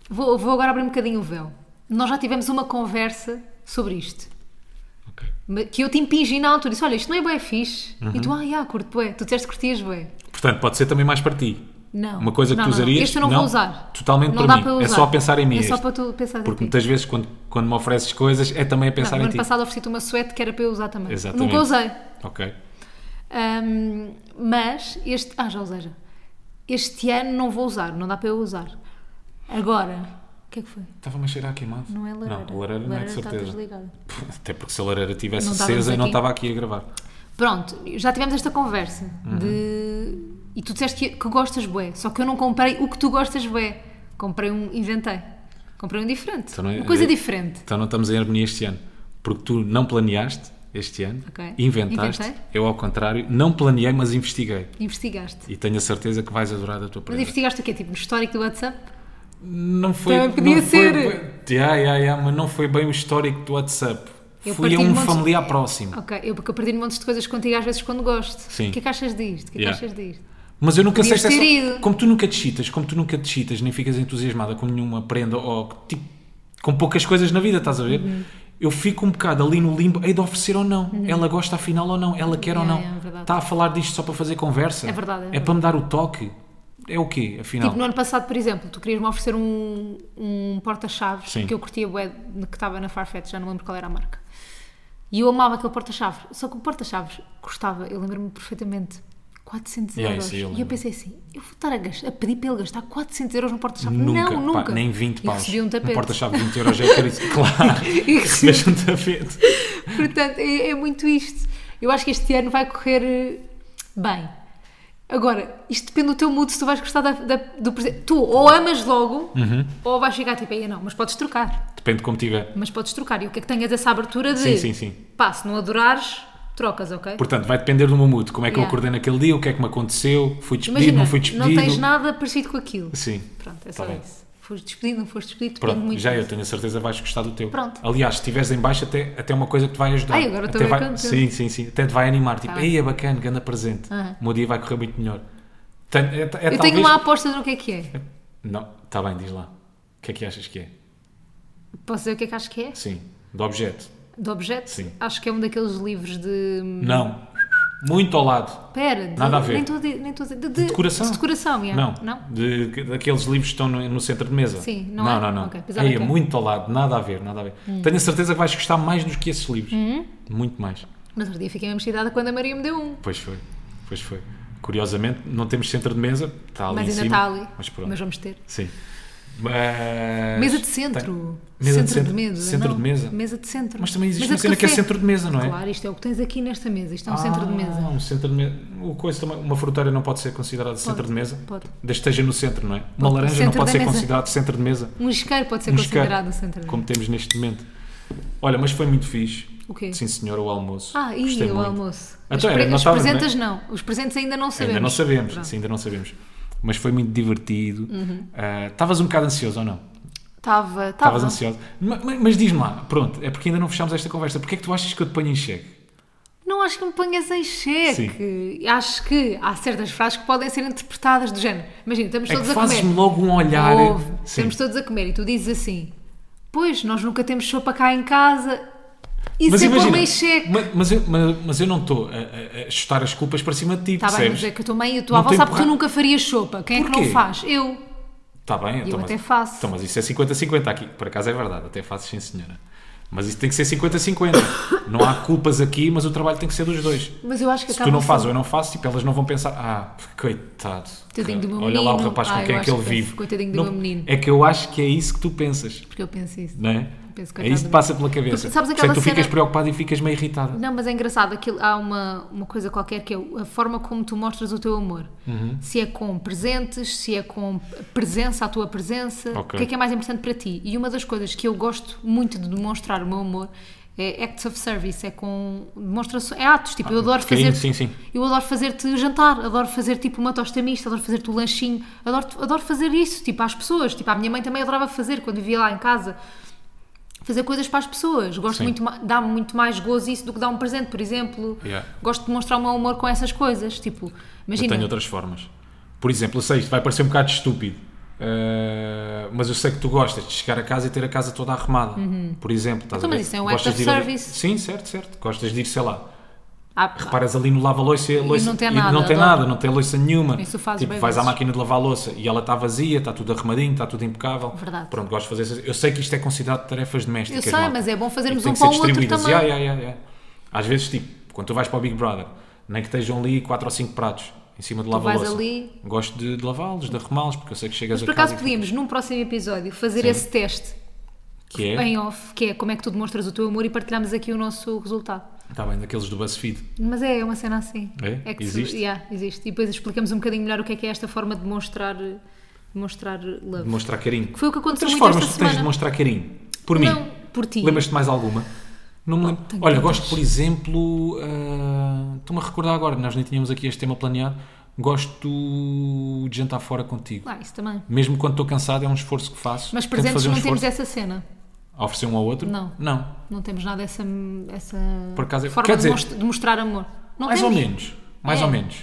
Speaker 1: Vou, vou agora abrir um bocadinho o véu. Nós já tivemos uma conversa sobre isto.
Speaker 2: Ok.
Speaker 1: ma- Que eu te impingi na altura. Disse: Olha, isto não é bué fixe. E
Speaker 2: Uhum.
Speaker 1: tu, ah, já, curto bué. Tu disseste que curtias bué.
Speaker 2: Portanto, pode ser também mais para ti.
Speaker 1: Não.
Speaker 2: Uma coisa que
Speaker 1: Não,
Speaker 2: tu
Speaker 1: não, não.
Speaker 2: usarias.
Speaker 1: Este eu não, vou usar.
Speaker 2: Totalmente
Speaker 1: Não
Speaker 2: para
Speaker 1: dá
Speaker 2: mim.
Speaker 1: para eu
Speaker 2: É
Speaker 1: usar.
Speaker 2: só pensar em mim.
Speaker 1: É só
Speaker 2: este.
Speaker 1: para tu pensar
Speaker 2: Porque
Speaker 1: em ti.
Speaker 2: muitas vezes, quando, quando me ofereces coisas, é também a
Speaker 1: Não,
Speaker 2: pensar
Speaker 1: no
Speaker 2: em
Speaker 1: ano
Speaker 2: ti.
Speaker 1: passado ofereci-te uma suéte que era para eu usar também.
Speaker 2: Exatamente.
Speaker 1: Nunca usei.
Speaker 2: Ok.
Speaker 1: Ahm, mas este. Ah, já usei já. Este ano não vou usar, não dá para eu usar. Agora. O que é que foi?
Speaker 2: Estava-me a cheirar a queimado.
Speaker 1: Não é lareira.
Speaker 2: Não, lareira não é
Speaker 1: Lareira
Speaker 2: de
Speaker 1: está
Speaker 2: certeza.
Speaker 1: desligada.
Speaker 2: Até porque se a lareira estivesse
Speaker 1: Não estávamos
Speaker 2: acesa, eu não
Speaker 1: aqui.
Speaker 2: estava aqui a gravar.
Speaker 1: Pronto, já tivemos esta conversa
Speaker 2: Uhum.
Speaker 1: de. E tu disseste que, que gostas bué, só que eu não comprei o que tu gostas bué. Comprei um. inventei. Comprei um diferente.
Speaker 2: Então não é-
Speaker 1: uma coisa
Speaker 2: é-
Speaker 1: diferente.
Speaker 2: Então não estamos em harmonia este ano. Porque tu não planeaste este ano,
Speaker 1: Ok.
Speaker 2: inventaste.
Speaker 1: Inventei.
Speaker 2: Eu, ao contrário, não planeei, mas investiguei.
Speaker 1: Investigaste.
Speaker 2: E tenho a certeza que vais adorar a tua
Speaker 1: Mas
Speaker 2: prenda.
Speaker 1: investigaste o quê? Tipo, no histórico do WhatsApp?
Speaker 2: Não foi.
Speaker 1: Também podia
Speaker 2: não
Speaker 1: ser.
Speaker 2: Foi, bem- Ya, ya, ya, mas não foi bem o histórico do WhatsApp.
Speaker 1: Eu
Speaker 2: Fui a
Speaker 1: partilho
Speaker 2: um
Speaker 1: montes-
Speaker 2: familiar próximo.
Speaker 1: Ok, eu porque eu perdi montes de coisas contigo às vezes quando gosto.
Speaker 2: Sim.
Speaker 1: O que é que achas disto? O que é que
Speaker 2: Yeah.
Speaker 1: achas disto?
Speaker 2: Mas eu nunca sei
Speaker 1: Podias
Speaker 2: se é
Speaker 1: ter
Speaker 2: só-
Speaker 1: ido.
Speaker 2: Como tu nunca te chitas, como tu nunca te chitas, nem ficas entusiasmada com nenhuma prenda ou tipo, com poucas coisas na vida, estás a ver?
Speaker 1: Uhum.
Speaker 2: Eu fico um bocado ali no limbo, hei de oferecer ou não. Ela gosta afinal ou não, ela quer ou
Speaker 1: Yeah,
Speaker 2: não.
Speaker 1: yeah, Uhum. é verdade.
Speaker 2: Está a falar disto só para fazer conversa?
Speaker 1: É verdade, é
Speaker 2: É, para me dar o toque? É o quê, afinal?
Speaker 1: Tipo, no ano passado, por exemplo, tu querias-me oferecer um, um porta-chaves
Speaker 2: Sim.
Speaker 1: que eu curtia bué, de- que estava na Farfetch, já não lembro qual era a marca. E eu amava aquele porta-chaves. Só que o porta-chaves custava, eu lembro-me perfeitamente, 400
Speaker 2: Yeah,
Speaker 1: euros.
Speaker 2: é isso aí eu
Speaker 1: e eu
Speaker 2: lembro.
Speaker 1: pensei assim, eu vou estar a, gas- a pedir para ele gastar 400 euros no porta-chaves?
Speaker 2: Nunca,
Speaker 1: não,
Speaker 2: pá,
Speaker 1: nunca.
Speaker 2: nem 20
Speaker 1: E
Speaker 2: paus.
Speaker 1: recebi um tapete.
Speaker 2: porta-chave de 20 euros já é caríssimo. Claro,
Speaker 1: E recebi-
Speaker 2: recebes um tapete.
Speaker 1: Portanto, é, é muito isto. Eu acho que este ano vai correr eh, bem. Agora, isto depende do teu mood, se tu vais gostar da- da- do presente. Tu ou amas logo,
Speaker 2: Uhum.
Speaker 1: ou vais chegar tipo, aí não, mas podes trocar.
Speaker 2: Depende de como tiver.
Speaker 1: Mas podes trocar. E o que é que tenhas essa abertura de...
Speaker 2: Sim, sim, sim.
Speaker 1: Pá, se não adorares, trocas, ok?
Speaker 2: Portanto, vai depender do meu mood. Como é que eu
Speaker 1: Yeah.
Speaker 2: acordei naquele dia, o que é que me aconteceu, fui despedido,
Speaker 1: Imagina,
Speaker 2: não fui despedido.
Speaker 1: tens nada parecido com aquilo.
Speaker 2: Sim.
Speaker 1: Pronto, é
Speaker 2: Tá
Speaker 1: só
Speaker 2: bem.
Speaker 1: isso. Foste despedido, não foste despedido, depende
Speaker 2: Pronto,
Speaker 1: muito.
Speaker 2: já é. eu
Speaker 1: disso.
Speaker 2: tenho a certeza que vais gostar do teu.
Speaker 1: Pronto.
Speaker 2: Aliás, se estiveres em baixo, até, até uma coisa que te vai ajudar.
Speaker 1: Ai, agora
Speaker 2: Até
Speaker 1: estou bem
Speaker 2: vai-
Speaker 1: contente.
Speaker 2: Sim, sim, sim. Até te vai animar. Tipo,
Speaker 1: Tá bem.
Speaker 2: ei, é bacana, ganda presente.
Speaker 1: Aham.
Speaker 2: O meu dia vai correr muito melhor. Tenho- é- é
Speaker 1: Eu
Speaker 2: talvez-
Speaker 1: tenho uma aposta do que é que é.
Speaker 2: Não, tá está bem, diz lá. O que é que achas que é?
Speaker 1: Posso dizer o que é que acho que é?
Speaker 2: Sim, do objeto.
Speaker 1: de objeto,
Speaker 2: Sim.
Speaker 1: acho que é um daqueles livros de. hum,
Speaker 2: Não. Muito ao lado.
Speaker 1: Pera, de,
Speaker 2: Nada a ver.
Speaker 1: Nem estou a dizer- nem estou a dizer- de, de-
Speaker 2: decoração?
Speaker 1: De decoração, yeah.
Speaker 2: Não. De, daqueles livros que estão no, no centro de mesa.
Speaker 1: Sim, não
Speaker 2: não,
Speaker 1: é? Hum.
Speaker 2: não, não.
Speaker 1: Ok, pensava
Speaker 2: Aí,
Speaker 1: que
Speaker 2: é
Speaker 1: era.
Speaker 2: muito ao lado, nada a ver, nada a ver. Tenho a certeza que vais gostar mais do que esses livros.
Speaker 1: Hum?
Speaker 2: Muito mais.
Speaker 1: No outro dia fiquei mesmo excitada quando a Maria me deu um.
Speaker 2: Pois foi, pois foi. Curiosamente, não temos centro de mesa, está ali
Speaker 1: Mas
Speaker 2: em
Speaker 1: ainda
Speaker 2: cima.
Speaker 1: está ali.
Speaker 2: Mas pronto.
Speaker 1: vamos ter.
Speaker 2: Sim. Mas-
Speaker 1: Mesa de centro.
Speaker 2: Mesa
Speaker 1: centro de,
Speaker 2: de centro.
Speaker 1: mesa.
Speaker 2: Centro
Speaker 1: não.
Speaker 2: de mesa.
Speaker 1: Mesa de centro.
Speaker 2: Mas também existe
Speaker 1: Mesa
Speaker 2: uma cena que é
Speaker 1: café.
Speaker 2: centro de mesa, não é?
Speaker 1: Claro, isto é o que tens aqui nesta mesa. Isto é um
Speaker 2: Ah,
Speaker 1: centro de mesa.
Speaker 2: Um centro de mesa. O coisa também, uma fruteira não pode ser considerada centro de mesa.
Speaker 1: pode.
Speaker 2: Desde que esteja no centro, não é? Uma laranja
Speaker 1: Centro
Speaker 2: não pode
Speaker 1: da
Speaker 2: ser
Speaker 1: mesa.
Speaker 2: considerado centro de mesa.
Speaker 1: Um isqueiro pode ser
Speaker 2: Um isqueiro,
Speaker 1: considerado um centro de mesa.
Speaker 2: Como temos neste momento. Olha, mas foi muito fixe.
Speaker 1: O quê?
Speaker 2: Sim, senhora, o almoço.
Speaker 1: Ah, e
Speaker 2: Gostei
Speaker 1: o
Speaker 2: muito.
Speaker 1: almoço.
Speaker 2: Então
Speaker 1: os,
Speaker 2: era
Speaker 1: pre- os
Speaker 2: notável,
Speaker 1: presentes não, Os presentes ainda não sabemos.
Speaker 2: Ainda não sabemos,
Speaker 1: Pronto. Uhum.
Speaker 2: sim, ainda não sabemos. Mas foi muito divertido. Ah, Estavas um bocado ansioso ou não?
Speaker 1: Tava, tava.
Speaker 2: Estavas ansioso. Ma- ma- Mas, diz-me lá, pronto, é porque ainda não fechámos esta conversa. Porquê é que tu achas que eu te ponho em xeque?
Speaker 1: Não acho que me ponhas em xeque. Acho que há certas frases que podem ser interpretadas do género. Imagina, estamos
Speaker 2: É que
Speaker 1: todos a comer.
Speaker 2: fazes-me logo um olhar.
Speaker 1: Ouve,
Speaker 2: Sim.
Speaker 1: estamos todos a comer e tu dizes assim: Pois, nós nunca temos sopa cá em casa.
Speaker 2: Mas
Speaker 1: Isso é pôr-me
Speaker 2: imagina,
Speaker 1: em xeque.
Speaker 2: ma- mas, eu, ma- mas eu não estou a, a- a chutar as culpas para cima de ti,
Speaker 1: Está bem, mas é
Speaker 2: percebes?
Speaker 1: que a tua mãe e a tua
Speaker 2: Não
Speaker 1: avó
Speaker 2: tem
Speaker 1: sabem que tu
Speaker 2: porra-
Speaker 1: nunca farias sopa. Quem é que
Speaker 2: Porquê?
Speaker 1: não faz? Eu.
Speaker 2: Está bem, então,
Speaker 1: é até
Speaker 2: mas,
Speaker 1: faço.
Speaker 2: Então, mas isso é 50-50 aqui. Por acaso é verdade, até faço, sim senhora. Mas isso tem que ser 50-50. não há culpas aqui, mas o trabalho tem que ser dos dois.
Speaker 1: Mas eu acho que
Speaker 2: Se tu não
Speaker 1: acaba
Speaker 2: fazes
Speaker 1: assim.
Speaker 2: ou eu não faço, tipo, elas não vão pensar, ah, coitado.
Speaker 1: Tadinho do meu
Speaker 2: Olha lá o
Speaker 1: menino.
Speaker 2: rapaz com
Speaker 1: Ah, eu
Speaker 2: quem é que
Speaker 1: acho
Speaker 2: ele
Speaker 1: que
Speaker 2: vive.
Speaker 1: penso, coitadinho do
Speaker 2: Não-
Speaker 1: meu menino.
Speaker 2: É que eu acho que é isso que tu pensas,
Speaker 1: Porque eu penso isso.
Speaker 2: não é?
Speaker 1: Penso,
Speaker 2: é
Speaker 1: coitado
Speaker 2: isso
Speaker 1: do
Speaker 2: que
Speaker 1: meu-
Speaker 2: passa pela cabeça.
Speaker 1: Tu sabes
Speaker 2: Por isso é
Speaker 1: aquela
Speaker 2: que tu ficas
Speaker 1: cena-
Speaker 2: preocupado e ficas meio irritada.
Speaker 1: Não, mas é engraçado, aquilo, há uma, uma coisa qualquer que é a forma como tu mostras o teu amor.
Speaker 2: Uhum.
Speaker 1: Se é com presentes, se é com presença, a tua presença,
Speaker 2: Ok.
Speaker 1: o que é que é mais importante para ti? E uma das coisas que eu gosto muito de demonstrar o meu amor é acts of service, é com demonstrações, é atos, tipo, eu adoro
Speaker 2: pequenino,
Speaker 1: fazer
Speaker 2: Ah, sim, sim.
Speaker 1: eu adoro fazer-te jantar, adoro fazer tipo uma tosta mista, adoro fazer-te o lanchinho, adoro, adoro fazer isso, tipo, às pessoas, tipo, a minha mãe também adorava fazer quando vivia lá em casa, fazer coisas para as pessoas. Gosto
Speaker 2: Sim.
Speaker 1: muito, ma- dá-me muito mais gozo isso do que dar um presente, por exemplo.
Speaker 2: Yeah.
Speaker 1: Gosto de mostrar o meu amor com essas coisas. Tipo,
Speaker 2: Eu
Speaker 1: imagina.
Speaker 2: tenho outras formas. Por exemplo, eu sei, isto vai parecer um bocado estúpido, eh, mas eu sei que tu gostas de chegar a casa e ter a casa toda arrumada. Por exemplo, estás
Speaker 1: Então,
Speaker 2: a ver?
Speaker 1: mas isso é um act
Speaker 2: Gostas
Speaker 1: of
Speaker 2: de ir ali-
Speaker 1: service.
Speaker 2: Sim, certo, certo. Gostas de ir, sei lá,
Speaker 1: Ah,
Speaker 2: Reparas ali no lava-louça e,
Speaker 1: não tem
Speaker 2: não
Speaker 1: nada, adoro.
Speaker 2: tem nada, não tem louça nenhuma.
Speaker 1: Isso fazes
Speaker 2: tipo,
Speaker 1: bem
Speaker 2: vais à
Speaker 1: vezes.
Speaker 2: máquina de lavar a louça e ela está vazia, está tudo arrumadinho, está tudo impecável.
Speaker 1: Verdade.
Speaker 2: Pronto, gosto de fazer essas- Eu sei que isto é considerado tarefas domésticas.
Speaker 1: Eu sei,
Speaker 2: malta.
Speaker 1: mas é bom fazermos
Speaker 2: E tem
Speaker 1: um
Speaker 2: que ser
Speaker 1: para o outro
Speaker 2: distribuídas.
Speaker 1: também.
Speaker 2: Ya, ya, ya, ya. Às vezes, tipo, quando tu vais para o Big Brother, nem que estejam ali 4 ou 5 pratos em cima de
Speaker 1: vais
Speaker 2: lava-louça.
Speaker 1: ali-
Speaker 2: Gosto de, de lavá-los, de arrumá-los, porque eu sei que chegas
Speaker 1: mas por
Speaker 2: a casa.
Speaker 1: acaso
Speaker 2: e fica-
Speaker 1: podíamos, num próximo episódio, fazer
Speaker 2: Sim.
Speaker 1: esse teste
Speaker 2: Que é.
Speaker 1: em off, que é como é que tu demonstras o teu amor e partilhamos aqui o nosso resultado.
Speaker 2: Está tá bem, daqueles do BuzzFeed.
Speaker 1: Mas é uma cena assim.
Speaker 2: É?
Speaker 1: que
Speaker 2: Existe?
Speaker 1: Se, yeah, existe. E depois explicamos um bocadinho melhor o que é que é esta forma de demonstrar, demonstrar love.
Speaker 2: Demonstrar carinho.
Speaker 1: Que Foi o que aconteceu
Speaker 2: Outras
Speaker 1: muito
Speaker 2: formas
Speaker 1: esta
Speaker 2: que tu tens de
Speaker 1: semana.
Speaker 2: demonstrar carinho. Por
Speaker 1: Não,
Speaker 2: mim.
Speaker 1: por ti.
Speaker 2: Lembras-te mais alguma? Não me lembro.
Speaker 1: tenho
Speaker 2: Olha,
Speaker 1: tantas.
Speaker 2: gosto, por exemplo, ah, estou-me a recordar agora, nós nem tínhamos aqui este tema planeado. Gosto de jantar fora contigo.
Speaker 1: Ah, isso também.
Speaker 2: Mesmo quando estou cansado, é um esforço que faço.
Speaker 1: Mas
Speaker 2: Tento
Speaker 1: presentes
Speaker 2: fazer um
Speaker 1: não temos
Speaker 2: esforço
Speaker 1: essa cena.
Speaker 2: a oferecer um ao outro?
Speaker 1: Não.
Speaker 2: Não.
Speaker 1: Não temos nada essa, essa
Speaker 2: Por acaso é-
Speaker 1: forma
Speaker 2: quer
Speaker 1: de,
Speaker 2: dizer-
Speaker 1: mos- de mostrar amor. Não
Speaker 2: mais
Speaker 1: temos.
Speaker 2: ou menos. Mais
Speaker 1: É.
Speaker 2: ou menos.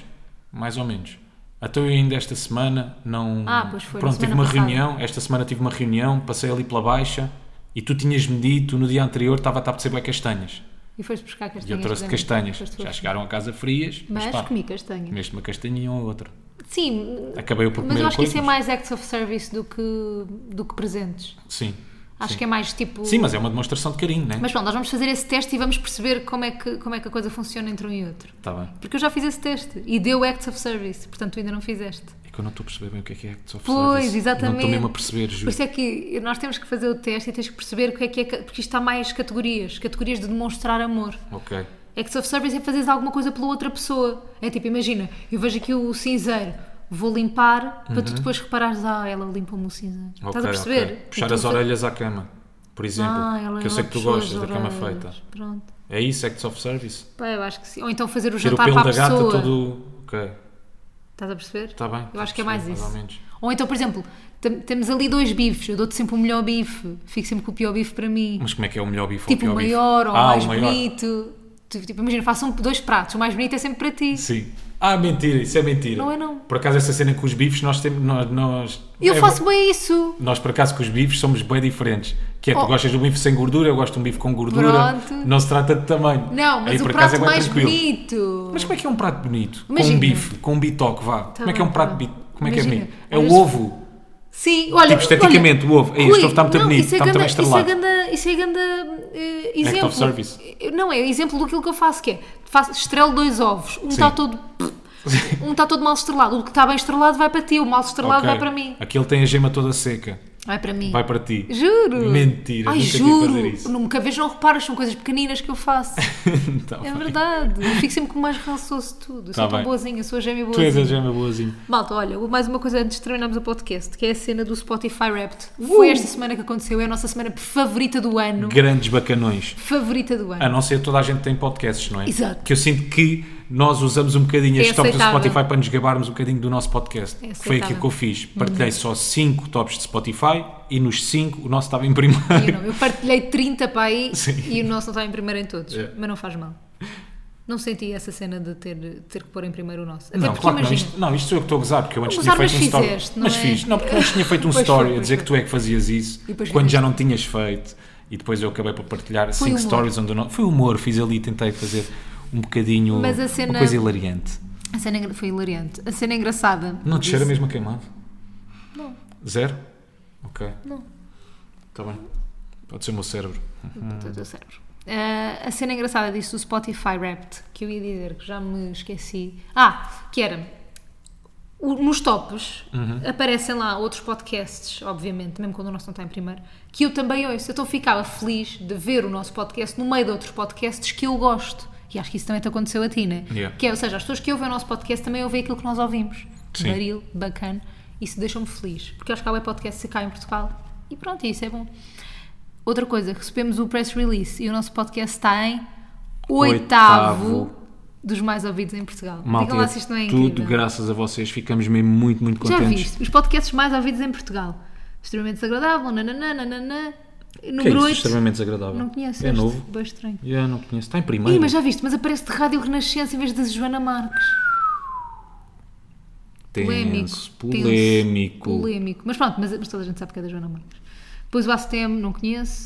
Speaker 2: Mais ou menos. Até eu ainda esta semana não.
Speaker 1: Ah, pois foi, na
Speaker 2: Pronto,
Speaker 1: semana
Speaker 2: tive uma
Speaker 1: passada.
Speaker 2: reunião. Esta semana tive uma reunião, passei ali pela baixa e tu tinhas-me dito no dia anterior estava a te apetecer bué castanhas.
Speaker 1: E foste buscar
Speaker 2: E
Speaker 1: castanhas.
Speaker 2: eu trouxe
Speaker 1: de
Speaker 2: castanhas.
Speaker 1: Foste tu.
Speaker 2: Já chegaram a casa frias.
Speaker 1: Mas
Speaker 2: pá,
Speaker 1: comi castanha.
Speaker 2: Comeste uma castanhinha ou outra.
Speaker 1: Sim,
Speaker 2: Acabei por comer
Speaker 1: mas eu
Speaker 2: a
Speaker 1: acho que
Speaker 2: coisa,
Speaker 1: isso é
Speaker 2: mas-
Speaker 1: mais acts of service do que, do que presentes.
Speaker 2: Sim.
Speaker 1: Acho
Speaker 2: sim.
Speaker 1: que é mais tipo.
Speaker 2: Sim, mas é uma demonstração de carinho, né?
Speaker 1: Mas pronto, nós vamos fazer esse teste e vamos perceber como é que, como é que a coisa funciona entre um e outro.
Speaker 2: Está Tá bem.
Speaker 1: Porque eu já fiz esse teste e deu acts of service, portanto tu ainda não fizeste.
Speaker 2: É que eu não estou a perceber bem o que é que é que só
Speaker 1: Pois,
Speaker 2: Não
Speaker 1: exatamente.
Speaker 2: estou mesmo a perceber,
Speaker 1: Por
Speaker 2: juro.
Speaker 1: isso é que nós temos que fazer o teste e tens que perceber o que é que é. ca- Porque isto há mais categorias categorias de demonstrar amor.
Speaker 2: Ok.
Speaker 1: Acts of service é fazeres alguma coisa pela outra pessoa. É tipo, imagina, eu vejo aqui o cinzeiro, vou limpar para tu depois reparares, ah, ela limpou-me o cinzeiro. Estás a
Speaker 2: Uhum. ok,
Speaker 1: perceber?
Speaker 2: ok. Puxar
Speaker 1: Então,
Speaker 2: as orelhas à cama, por exemplo.
Speaker 1: Ah, ela
Speaker 2: que eu sei que tu
Speaker 1: puxou as
Speaker 2: gostas da cama
Speaker 1: orelhas.
Speaker 2: feita.
Speaker 1: Pronto.
Speaker 2: É isso, acts of service?
Speaker 1: Pá, eu acho que sim. Ou então fazer o
Speaker 2: Ter o
Speaker 1: jantar
Speaker 2: pelo
Speaker 1: para a
Speaker 2: da gata Tá.
Speaker 1: pessoa.
Speaker 2: todo. Ok.
Speaker 1: Estás a perceber?
Speaker 2: Está bem.
Speaker 1: Eu acho que é
Speaker 2: Sim,
Speaker 1: mais isso.
Speaker 2: ou menos.
Speaker 1: Ou então, por exemplo, tem- temos ali dois bifes, eu dou-te sempre o melhor bife, fico sempre com o pior bife para mim.
Speaker 2: Mas como é que é o melhor bife ou
Speaker 1: tipo o
Speaker 2: o pior bife?
Speaker 1: maior ou o
Speaker 2: Ah,
Speaker 1: mais
Speaker 2: o maior.
Speaker 1: bonito. Tu, tipo, imagina, façam dois pratos, o mais bonito é sempre para ti.
Speaker 2: Sim. Ah, mentira, isso é mentira.
Speaker 1: Não é não.
Speaker 2: Por acaso essa cena com os bifes nós temos. Nós, nós,
Speaker 1: Eu
Speaker 2: é-
Speaker 1: faço bem isso.
Speaker 2: Nós por acaso com os bifes somos bem diferentes. Que é, tu
Speaker 1: Oh.
Speaker 2: gostas de um bife sem gordura, eu gosto de um bife com gordura.
Speaker 1: Pronto.
Speaker 2: Não se trata de tamanho.
Speaker 1: Não, mas
Speaker 2: Aí,
Speaker 1: o
Speaker 2: por acaso,
Speaker 1: prato
Speaker 2: é bem
Speaker 1: mais
Speaker 2: tranquilo.
Speaker 1: bonito.
Speaker 2: Mas como é que é um prato bonito? Com
Speaker 1: Imagina.
Speaker 2: um bife, com um bitoque, vá. como é que é um
Speaker 1: bem,
Speaker 2: prato
Speaker 1: tá bem.
Speaker 2: bonito? Como é que é
Speaker 1: Imagina.
Speaker 2: bonito? É
Speaker 1: Olha,
Speaker 2: o
Speaker 1: se-
Speaker 2: ovo.
Speaker 1: Sim, olha.
Speaker 2: Tipo, esteticamente,
Speaker 1: olha,
Speaker 2: o ovo. Ei, este
Speaker 1: Rui,
Speaker 2: ovo está muito
Speaker 1: não,
Speaker 2: bonito,
Speaker 1: isso é
Speaker 2: está muito
Speaker 1: ganda-
Speaker 2: bem estrelado.
Speaker 1: Isso é ganda, isso é ganda eh, exemplo.
Speaker 2: of service.
Speaker 1: Não, é exemplo daquilo que eu faço, que é, faço, estrelo dois ovos, um está todo... Um está todo mal estrelado. O que está bem estrelado vai para ti, o mal estrelado
Speaker 2: Ok.
Speaker 1: vai para mim.
Speaker 2: Aquele tem a gema toda seca.
Speaker 1: Vai para mim.
Speaker 2: Vai para ti.
Speaker 1: Juro!
Speaker 2: Mentira,
Speaker 1: Ai,
Speaker 2: nunca te ia
Speaker 1: juro!
Speaker 2: fazer isso.
Speaker 1: Nunca vez não reparas, são coisas pequeninas que eu faço.
Speaker 2: Tá
Speaker 1: É
Speaker 2: bem.
Speaker 1: verdade. Eu fico sempre com mais rançoso de tudo. Eu
Speaker 2: Tá
Speaker 1: sou tão
Speaker 2: bem.
Speaker 1: boazinha, sou a gêmea
Speaker 2: Tu és a
Speaker 1: boazinha.
Speaker 2: gema boazinha.
Speaker 1: Malta, olha, mais uma coisa antes de terminarmos o podcast, que é a cena do Spotify Wrapped.
Speaker 2: Uh!
Speaker 1: Foi esta semana que aconteceu, é a nossa semana favorita do ano.
Speaker 2: Grandes bacanões.
Speaker 1: Favorita do ano.
Speaker 2: A não ser toda a gente tem podcasts, não é?
Speaker 1: Exato.
Speaker 2: Que eu sinto que nós usamos um bocadinho as
Speaker 1: É
Speaker 2: tops do
Speaker 1: aceitável.
Speaker 2: Spotify para nos gabarmos um bocadinho do nosso podcast.
Speaker 1: É
Speaker 2: Foi aquilo
Speaker 1: aceitável.
Speaker 2: que eu fiz. Partilhei só 5 tops de Spotify e nos 5 o nosso estava em
Speaker 1: Eu,
Speaker 2: primeiro.
Speaker 1: não, eu partilhei 30 para aí
Speaker 2: Sim.
Speaker 1: e o nosso não está em primeiro em todos.
Speaker 2: É.
Speaker 1: Mas não faz mal. Não senti essa cena de ter, ter que pôr em primeiro o nosso. Até
Speaker 2: Não,
Speaker 1: porque
Speaker 2: claro que não,
Speaker 1: imagina.
Speaker 2: isto, não, isto sou eu que estou a gozar, porque eu antes
Speaker 1: Não
Speaker 2: tinha
Speaker 1: gozar,
Speaker 2: feito
Speaker 1: mas
Speaker 2: um story.
Speaker 1: fizeste, não
Speaker 2: mas
Speaker 1: é?
Speaker 2: fiz, não, porque eu antes tinha feito um
Speaker 1: Pois foi,
Speaker 2: story a
Speaker 1: pois
Speaker 2: dizer
Speaker 1: foi.
Speaker 2: que tu é que fazias isso
Speaker 1: E depois
Speaker 2: quando já
Speaker 1: fizeste.
Speaker 2: não tinhas feito e depois eu acabei por partilhar
Speaker 1: Foi
Speaker 2: 5
Speaker 1: humor.
Speaker 2: stories onde eu não. Foi humor, fiz ali, tentei fazer um bocadinho
Speaker 1: Mas a cena-
Speaker 2: uma coisa hilariante.
Speaker 1: A cena engra- foi hilariante. A cena engraçada.
Speaker 2: Não te cheira
Speaker 1: disse-
Speaker 2: mesmo a queimado? Não. Zero? Ok. Não. Está bem. Pode ser o meu cérebro.
Speaker 1: do teu cérebro. Ah, a cena engraçada disso do Spotify Wrapped, que eu ia dizer, que já me esqueci. Ah, que era. o- Nos tops aparecem lá outros podcasts, obviamente, mesmo quando o nosso não está em primeiro, que eu também ouço. Então ficava feliz de ver o nosso podcast no meio de outros podcasts que eu gosto. E acho que isso também te aconteceu a ti, né?
Speaker 2: Yeah.
Speaker 1: Que é, ou seja, as pessoas que ouvem o nosso podcast também ouvem aquilo que nós ouvimos.
Speaker 2: Sim.
Speaker 1: Baril, bacana. Isso deixa-me feliz. Porque eu acho que há web podcast cá em Portugal. E pronto, isso é bom. Outra coisa, recebemos o press release e o nosso podcast está em oitavo,
Speaker 2: Oitavo.
Speaker 1: dos mais ouvidos em Portugal.
Speaker 2: Malta,
Speaker 1: Digam lá se isto não é
Speaker 2: tudo
Speaker 1: incrível.
Speaker 2: graças a vocês. Ficamos mesmo muito, muito
Speaker 1: Já
Speaker 2: contentes.
Speaker 1: viste? Os podcasts mais ouvidos em Portugal. Extremamente desagradável, nananã, nananã.
Speaker 2: Que é
Speaker 1: Número
Speaker 2: isso?
Speaker 1: 8.
Speaker 2: Extremamente desagradável.
Speaker 1: Não conheço
Speaker 2: É
Speaker 1: este.
Speaker 2: novo.
Speaker 1: Bem estranho.
Speaker 2: Já não conheço. Está em primeiro.
Speaker 1: Ih, mas já viste? Mas aparece de Rádio Renascença em vez de Joana Marques.
Speaker 2: Tenso,
Speaker 1: Polémico. tenso,
Speaker 2: polémico.
Speaker 1: polémico. Mas pronto, mas, mas toda a gente sabe que é da Joana Marques. Depois o ACTM, não conheço.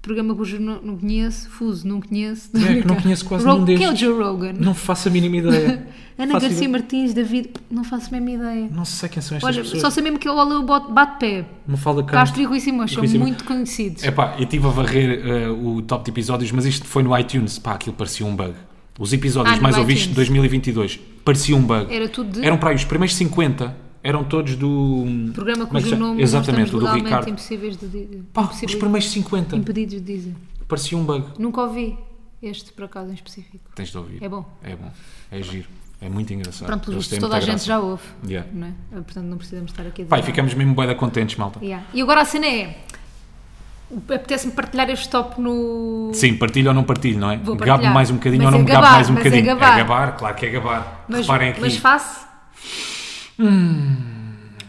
Speaker 1: Programa Cujo não, não conheço. Fuso, não conheço.
Speaker 2: É, que não conheço quase
Speaker 1: Rogan-
Speaker 2: nenhum
Speaker 1: Quem é o
Speaker 2: destes.
Speaker 1: Joe Rogan?
Speaker 2: Não faço a mínima ideia.
Speaker 1: Ana
Speaker 2: Faço
Speaker 1: Garcia
Speaker 2: ideia.
Speaker 1: Martins, David. Não faço a mesma ideia.
Speaker 2: Não sei quem são estas
Speaker 1: Olha,
Speaker 2: pessoas.
Speaker 1: só sei mesmo que eu olho o bot- bate-pé.
Speaker 2: Uma fala
Speaker 1: Castro e Rui Simões são
Speaker 2: Rui Simões. É,
Speaker 1: muito conhecidos.
Speaker 2: Epá, eu estive a varrer eh, o top de episódios, mas isto foi no iTunes. Pá, aquilo parecia um bug. Os episódios
Speaker 1: Ah, no
Speaker 2: mais ouvidos de
Speaker 1: iTunes.
Speaker 2: 2022 parecia um bug.
Speaker 1: Era tudo de- Um
Speaker 2: Eram para aí os primeiros 50, eram todos do.
Speaker 1: Programa
Speaker 2: como é que
Speaker 1: cujo
Speaker 2: chama?
Speaker 1: nome nós
Speaker 2: Exatamente, o do
Speaker 1: estamos legalmente
Speaker 2: Ricardo.
Speaker 1: impossíveis de dizer.
Speaker 2: Pá, os primeiros 50
Speaker 1: Impedidos de dizer.
Speaker 2: parecia um bug.
Speaker 1: Nunca ouvi este, por acaso, em específico.
Speaker 2: Tens de ouvir.
Speaker 1: É bom.
Speaker 2: É bom. É giro. É muito engraçado.
Speaker 1: Pronto, pelos
Speaker 2: Eles
Speaker 1: vistos,
Speaker 2: têm
Speaker 1: toda a
Speaker 2: muita
Speaker 1: gente
Speaker 2: graça.
Speaker 1: já ouve.
Speaker 2: Yeah.
Speaker 1: Não é? Portanto, não precisamos estar aqui a dizer.
Speaker 2: Pá, e
Speaker 1: nada.
Speaker 2: ficamos mesmo bué da contentes, malta.
Speaker 1: Yeah. E agora a cena é. Apetece-me partilhar este top no.
Speaker 2: Sim, partilho ou não partilho, não é?
Speaker 1: Vou
Speaker 2: Gabo
Speaker 1: partilhar.
Speaker 2: mais um bocadinho
Speaker 1: Mas
Speaker 2: ou não
Speaker 1: é
Speaker 2: me gabo
Speaker 1: gabar,
Speaker 2: mais um
Speaker 1: mas é
Speaker 2: bocadinho.
Speaker 1: gabar.
Speaker 2: claro que é gabar.
Speaker 1: Mas,
Speaker 2: Reparem aqui.
Speaker 1: mas faço.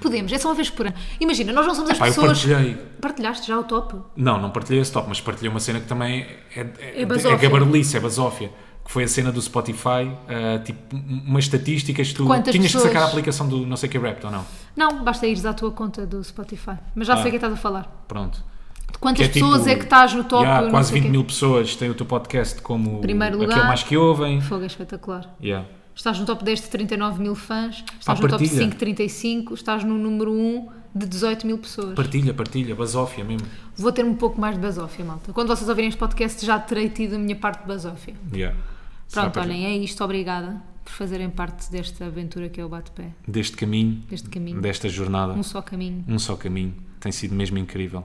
Speaker 1: Podemos, é só uma vez por ano. Imagina, nós não somos as
Speaker 2: Pá, eu
Speaker 1: pessoas.
Speaker 2: partilhei.
Speaker 1: Partilhaste já o top?
Speaker 2: Não, não partilhei esse top, mas partilhei uma cena que também é, é,
Speaker 1: É
Speaker 2: é,
Speaker 1: basófia.
Speaker 2: gabarolice, é basófia. Que foi a cena do Spotify, ah, tipo, um- umas estatísticas, tu
Speaker 1: Quantas
Speaker 2: tinhas
Speaker 1: pessoas?
Speaker 2: que sacar a aplicação do não sei que Rapt ou não.
Speaker 1: Não, basta ires à tua conta do Spotify. Mas já sei o que é que estás a falar.
Speaker 2: Pronto.
Speaker 1: De quantas
Speaker 2: Ah. Que é
Speaker 1: pessoas
Speaker 2: tipo,
Speaker 1: é que estás no top?
Speaker 2: yeah,
Speaker 1: não
Speaker 2: quase
Speaker 1: sei o
Speaker 2: 20
Speaker 1: quê.
Speaker 2: mil pessoas têm o teu podcast como
Speaker 1: Primeiro lugar.
Speaker 2: aquele mais que ouvem.
Speaker 1: Fogo é espetacular.
Speaker 2: Yeah.
Speaker 1: Estás no top 10 de 39 mil fãs, estás
Speaker 2: Pá,
Speaker 1: no top
Speaker 2: partilha.
Speaker 1: 5 de 35, estás no número 1 de 18 mil pessoas.
Speaker 2: Partilha, partilha, basófia mesmo.
Speaker 1: Vou ter um pouco mais de basófia, malta. Quando vocês ouvirem este podcast, já terei tido a minha parte de basófia.
Speaker 2: Yeah. Será
Speaker 1: Pronto,
Speaker 2: para-
Speaker 1: olhem, é isto. Obrigada por fazerem parte desta aventura que é o bate-pé,
Speaker 2: Deste caminho,
Speaker 1: deste caminho.
Speaker 2: desta jornada.
Speaker 1: Um só caminho.
Speaker 2: um só caminho. Tem sido mesmo incrível.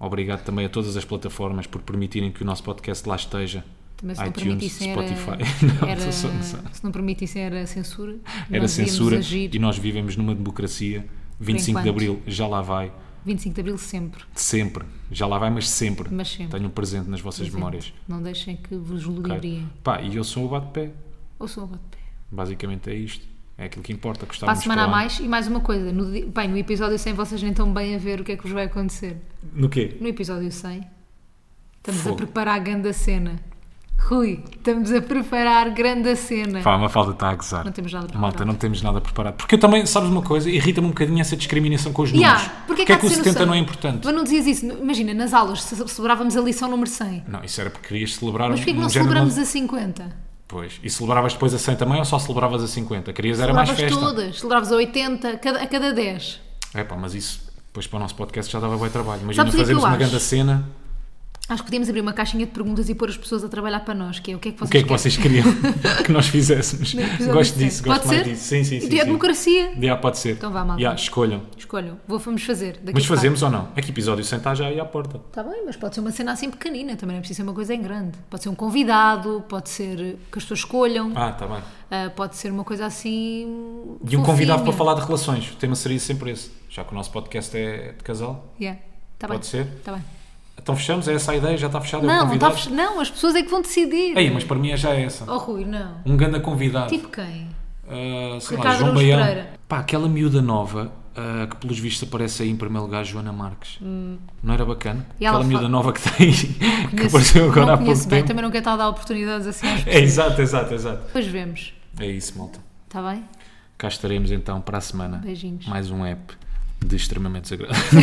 Speaker 2: Obrigado também a todas as plataformas por permitirem que o nosso podcast lá esteja.
Speaker 1: Também se não
Speaker 2: iTunes,
Speaker 1: permitissem era,
Speaker 2: Spotify. Não,
Speaker 1: era-
Speaker 2: estou só a gozar.
Speaker 1: se não permitissem era censura.
Speaker 2: Era
Speaker 1: Nós íamos
Speaker 2: censura
Speaker 1: agir.
Speaker 2: e nós vivemos numa democracia. 25 de
Speaker 1: enquanto.
Speaker 2: Abril já lá vai.
Speaker 1: 25 de Abril sempre,
Speaker 2: Sempre. Já lá vai, mas sempre.
Speaker 1: mas sempre. é
Speaker 2: Tenho um presente nas vossas memórias.
Speaker 1: Não deixem que vos
Speaker 2: ok?
Speaker 1: ludibriem.
Speaker 2: Pá, e eu sou o bate-pé.
Speaker 1: Ouçam o bate-pé.
Speaker 2: Basicamente é isto. É aquilo que importa.
Speaker 1: Para a
Speaker 2: Gostávamos
Speaker 1: semana a
Speaker 2: de falar-
Speaker 1: mais, e mais uma coisa, no, di- bem, no episódio 100 vocês nem estão bem a ver o que é que vos vai acontecer.
Speaker 2: No quê?
Speaker 1: No episódio 100, estamos
Speaker 2: Fogo.
Speaker 1: a preparar a grande cena. Rui, estamos a preparar grande a cena.
Speaker 2: Pá, uma falta está a gozar.
Speaker 1: Não temos nada preparado.
Speaker 2: Malta, não temos nada preparado. Porque eu também, sabes uma coisa, irrita-me um bocadinho essa discriminação com os números.
Speaker 1: Yeah, porque é que,
Speaker 2: é
Speaker 1: há
Speaker 2: que o
Speaker 1: de ser
Speaker 2: 70
Speaker 1: noção?
Speaker 2: não é importante?
Speaker 1: Mas não dizias isso. Imagina, nas aulas ce- celebrávamos a lição número 100.
Speaker 2: Não, isso era porque querias celebrar um
Speaker 1: Mas porquê que não
Speaker 2: género
Speaker 1: celebramos a 50?
Speaker 2: Pois. E celebravas depois a 100 também ou só celebravas a 50? Querias era mais
Speaker 1: Celebravas
Speaker 2: festa.
Speaker 1: todas. Celebravas a 80, a cada- a cada 10.
Speaker 2: É pá, mas isso depois para o nosso podcast já dava bem trabalho.
Speaker 1: Sabes
Speaker 2: Imagina
Speaker 1: o que é que
Speaker 2: fazermos
Speaker 1: eu
Speaker 2: uma
Speaker 1: acho?
Speaker 2: grande cena.
Speaker 1: Acho que podíamos abrir uma caixinha de perguntas e pôr as pessoas a trabalhar para nós, que é o que é que vocês
Speaker 2: O que é que vocês queriam que nós fizéssemos?
Speaker 1: querem?
Speaker 2: gosto disso,
Speaker 1: Pode
Speaker 2: gosto mais
Speaker 1: ser?
Speaker 2: disso. Sim, sim, sim.
Speaker 1: E é
Speaker 2: sim.
Speaker 1: a democracia.
Speaker 2: Yeah, pode ser.
Speaker 1: Então vá, malta.
Speaker 2: Yeah, escolham.
Speaker 1: Escolham. Vou, vamos fazer. daqui
Speaker 2: Mas
Speaker 1: a bocado.
Speaker 2: fazemos ou não? É que episódio 100 está já aí à porta.
Speaker 1: Está Tá bem, mas pode ser uma cena assim pequenina, também não é preciso ser uma coisa em grande. Pode ser um convidado, pode ser eh, que as pessoas escolham,
Speaker 2: Ah, está bem.
Speaker 1: ah, pode ser uma coisa assim.
Speaker 2: E um
Speaker 1: fofinha.
Speaker 2: convidado para falar de relações. O tema seria sempre esse. Já que o nosso podcast é de casal.
Speaker 1: Yeah. Tá
Speaker 2: Pode
Speaker 1: bem.
Speaker 2: ser?
Speaker 1: Tá bem.
Speaker 2: Então fechamos, é essa a ideia, já está fechada. é o
Speaker 1: Não, não, tá
Speaker 2: convidado.
Speaker 1: fech- não, as pessoas é que vão decidir.
Speaker 2: Ei, mas para mim é já essa.
Speaker 1: Oh, Rui, não.
Speaker 2: Um grande convidado.
Speaker 1: Tipo quem?
Speaker 2: Ah, sei lá,
Speaker 1: Ricardo
Speaker 2: João
Speaker 1: Araújo
Speaker 2: Baião.
Speaker 1: Pereira.
Speaker 2: Pá, aquela miúda nova ah, que pelos vistos aparece aí em primeiro lugar, Joana Marques. Não era bacana?
Speaker 1: Hum. E ela
Speaker 2: aquela
Speaker 1: fa-
Speaker 2: miúda nova que tem que
Speaker 1: Conheço-
Speaker 2: apareceu agora
Speaker 1: não
Speaker 2: há pouco
Speaker 1: conheço bem,
Speaker 2: tempo.
Speaker 1: também não quero estar a dar oportunidades assim às
Speaker 2: É
Speaker 1: pessoas.
Speaker 2: exato, exato, exato.
Speaker 1: Depois vemos.
Speaker 2: É isso, malta.
Speaker 1: Está bem?
Speaker 2: Cá estaremos então para a semana.
Speaker 1: Beijinhos.
Speaker 2: Mais um app de extremamente desagradável.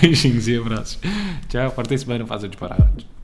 Speaker 2: Beijinhos e abraços. Tchau, portem-se bem, não façam disparados.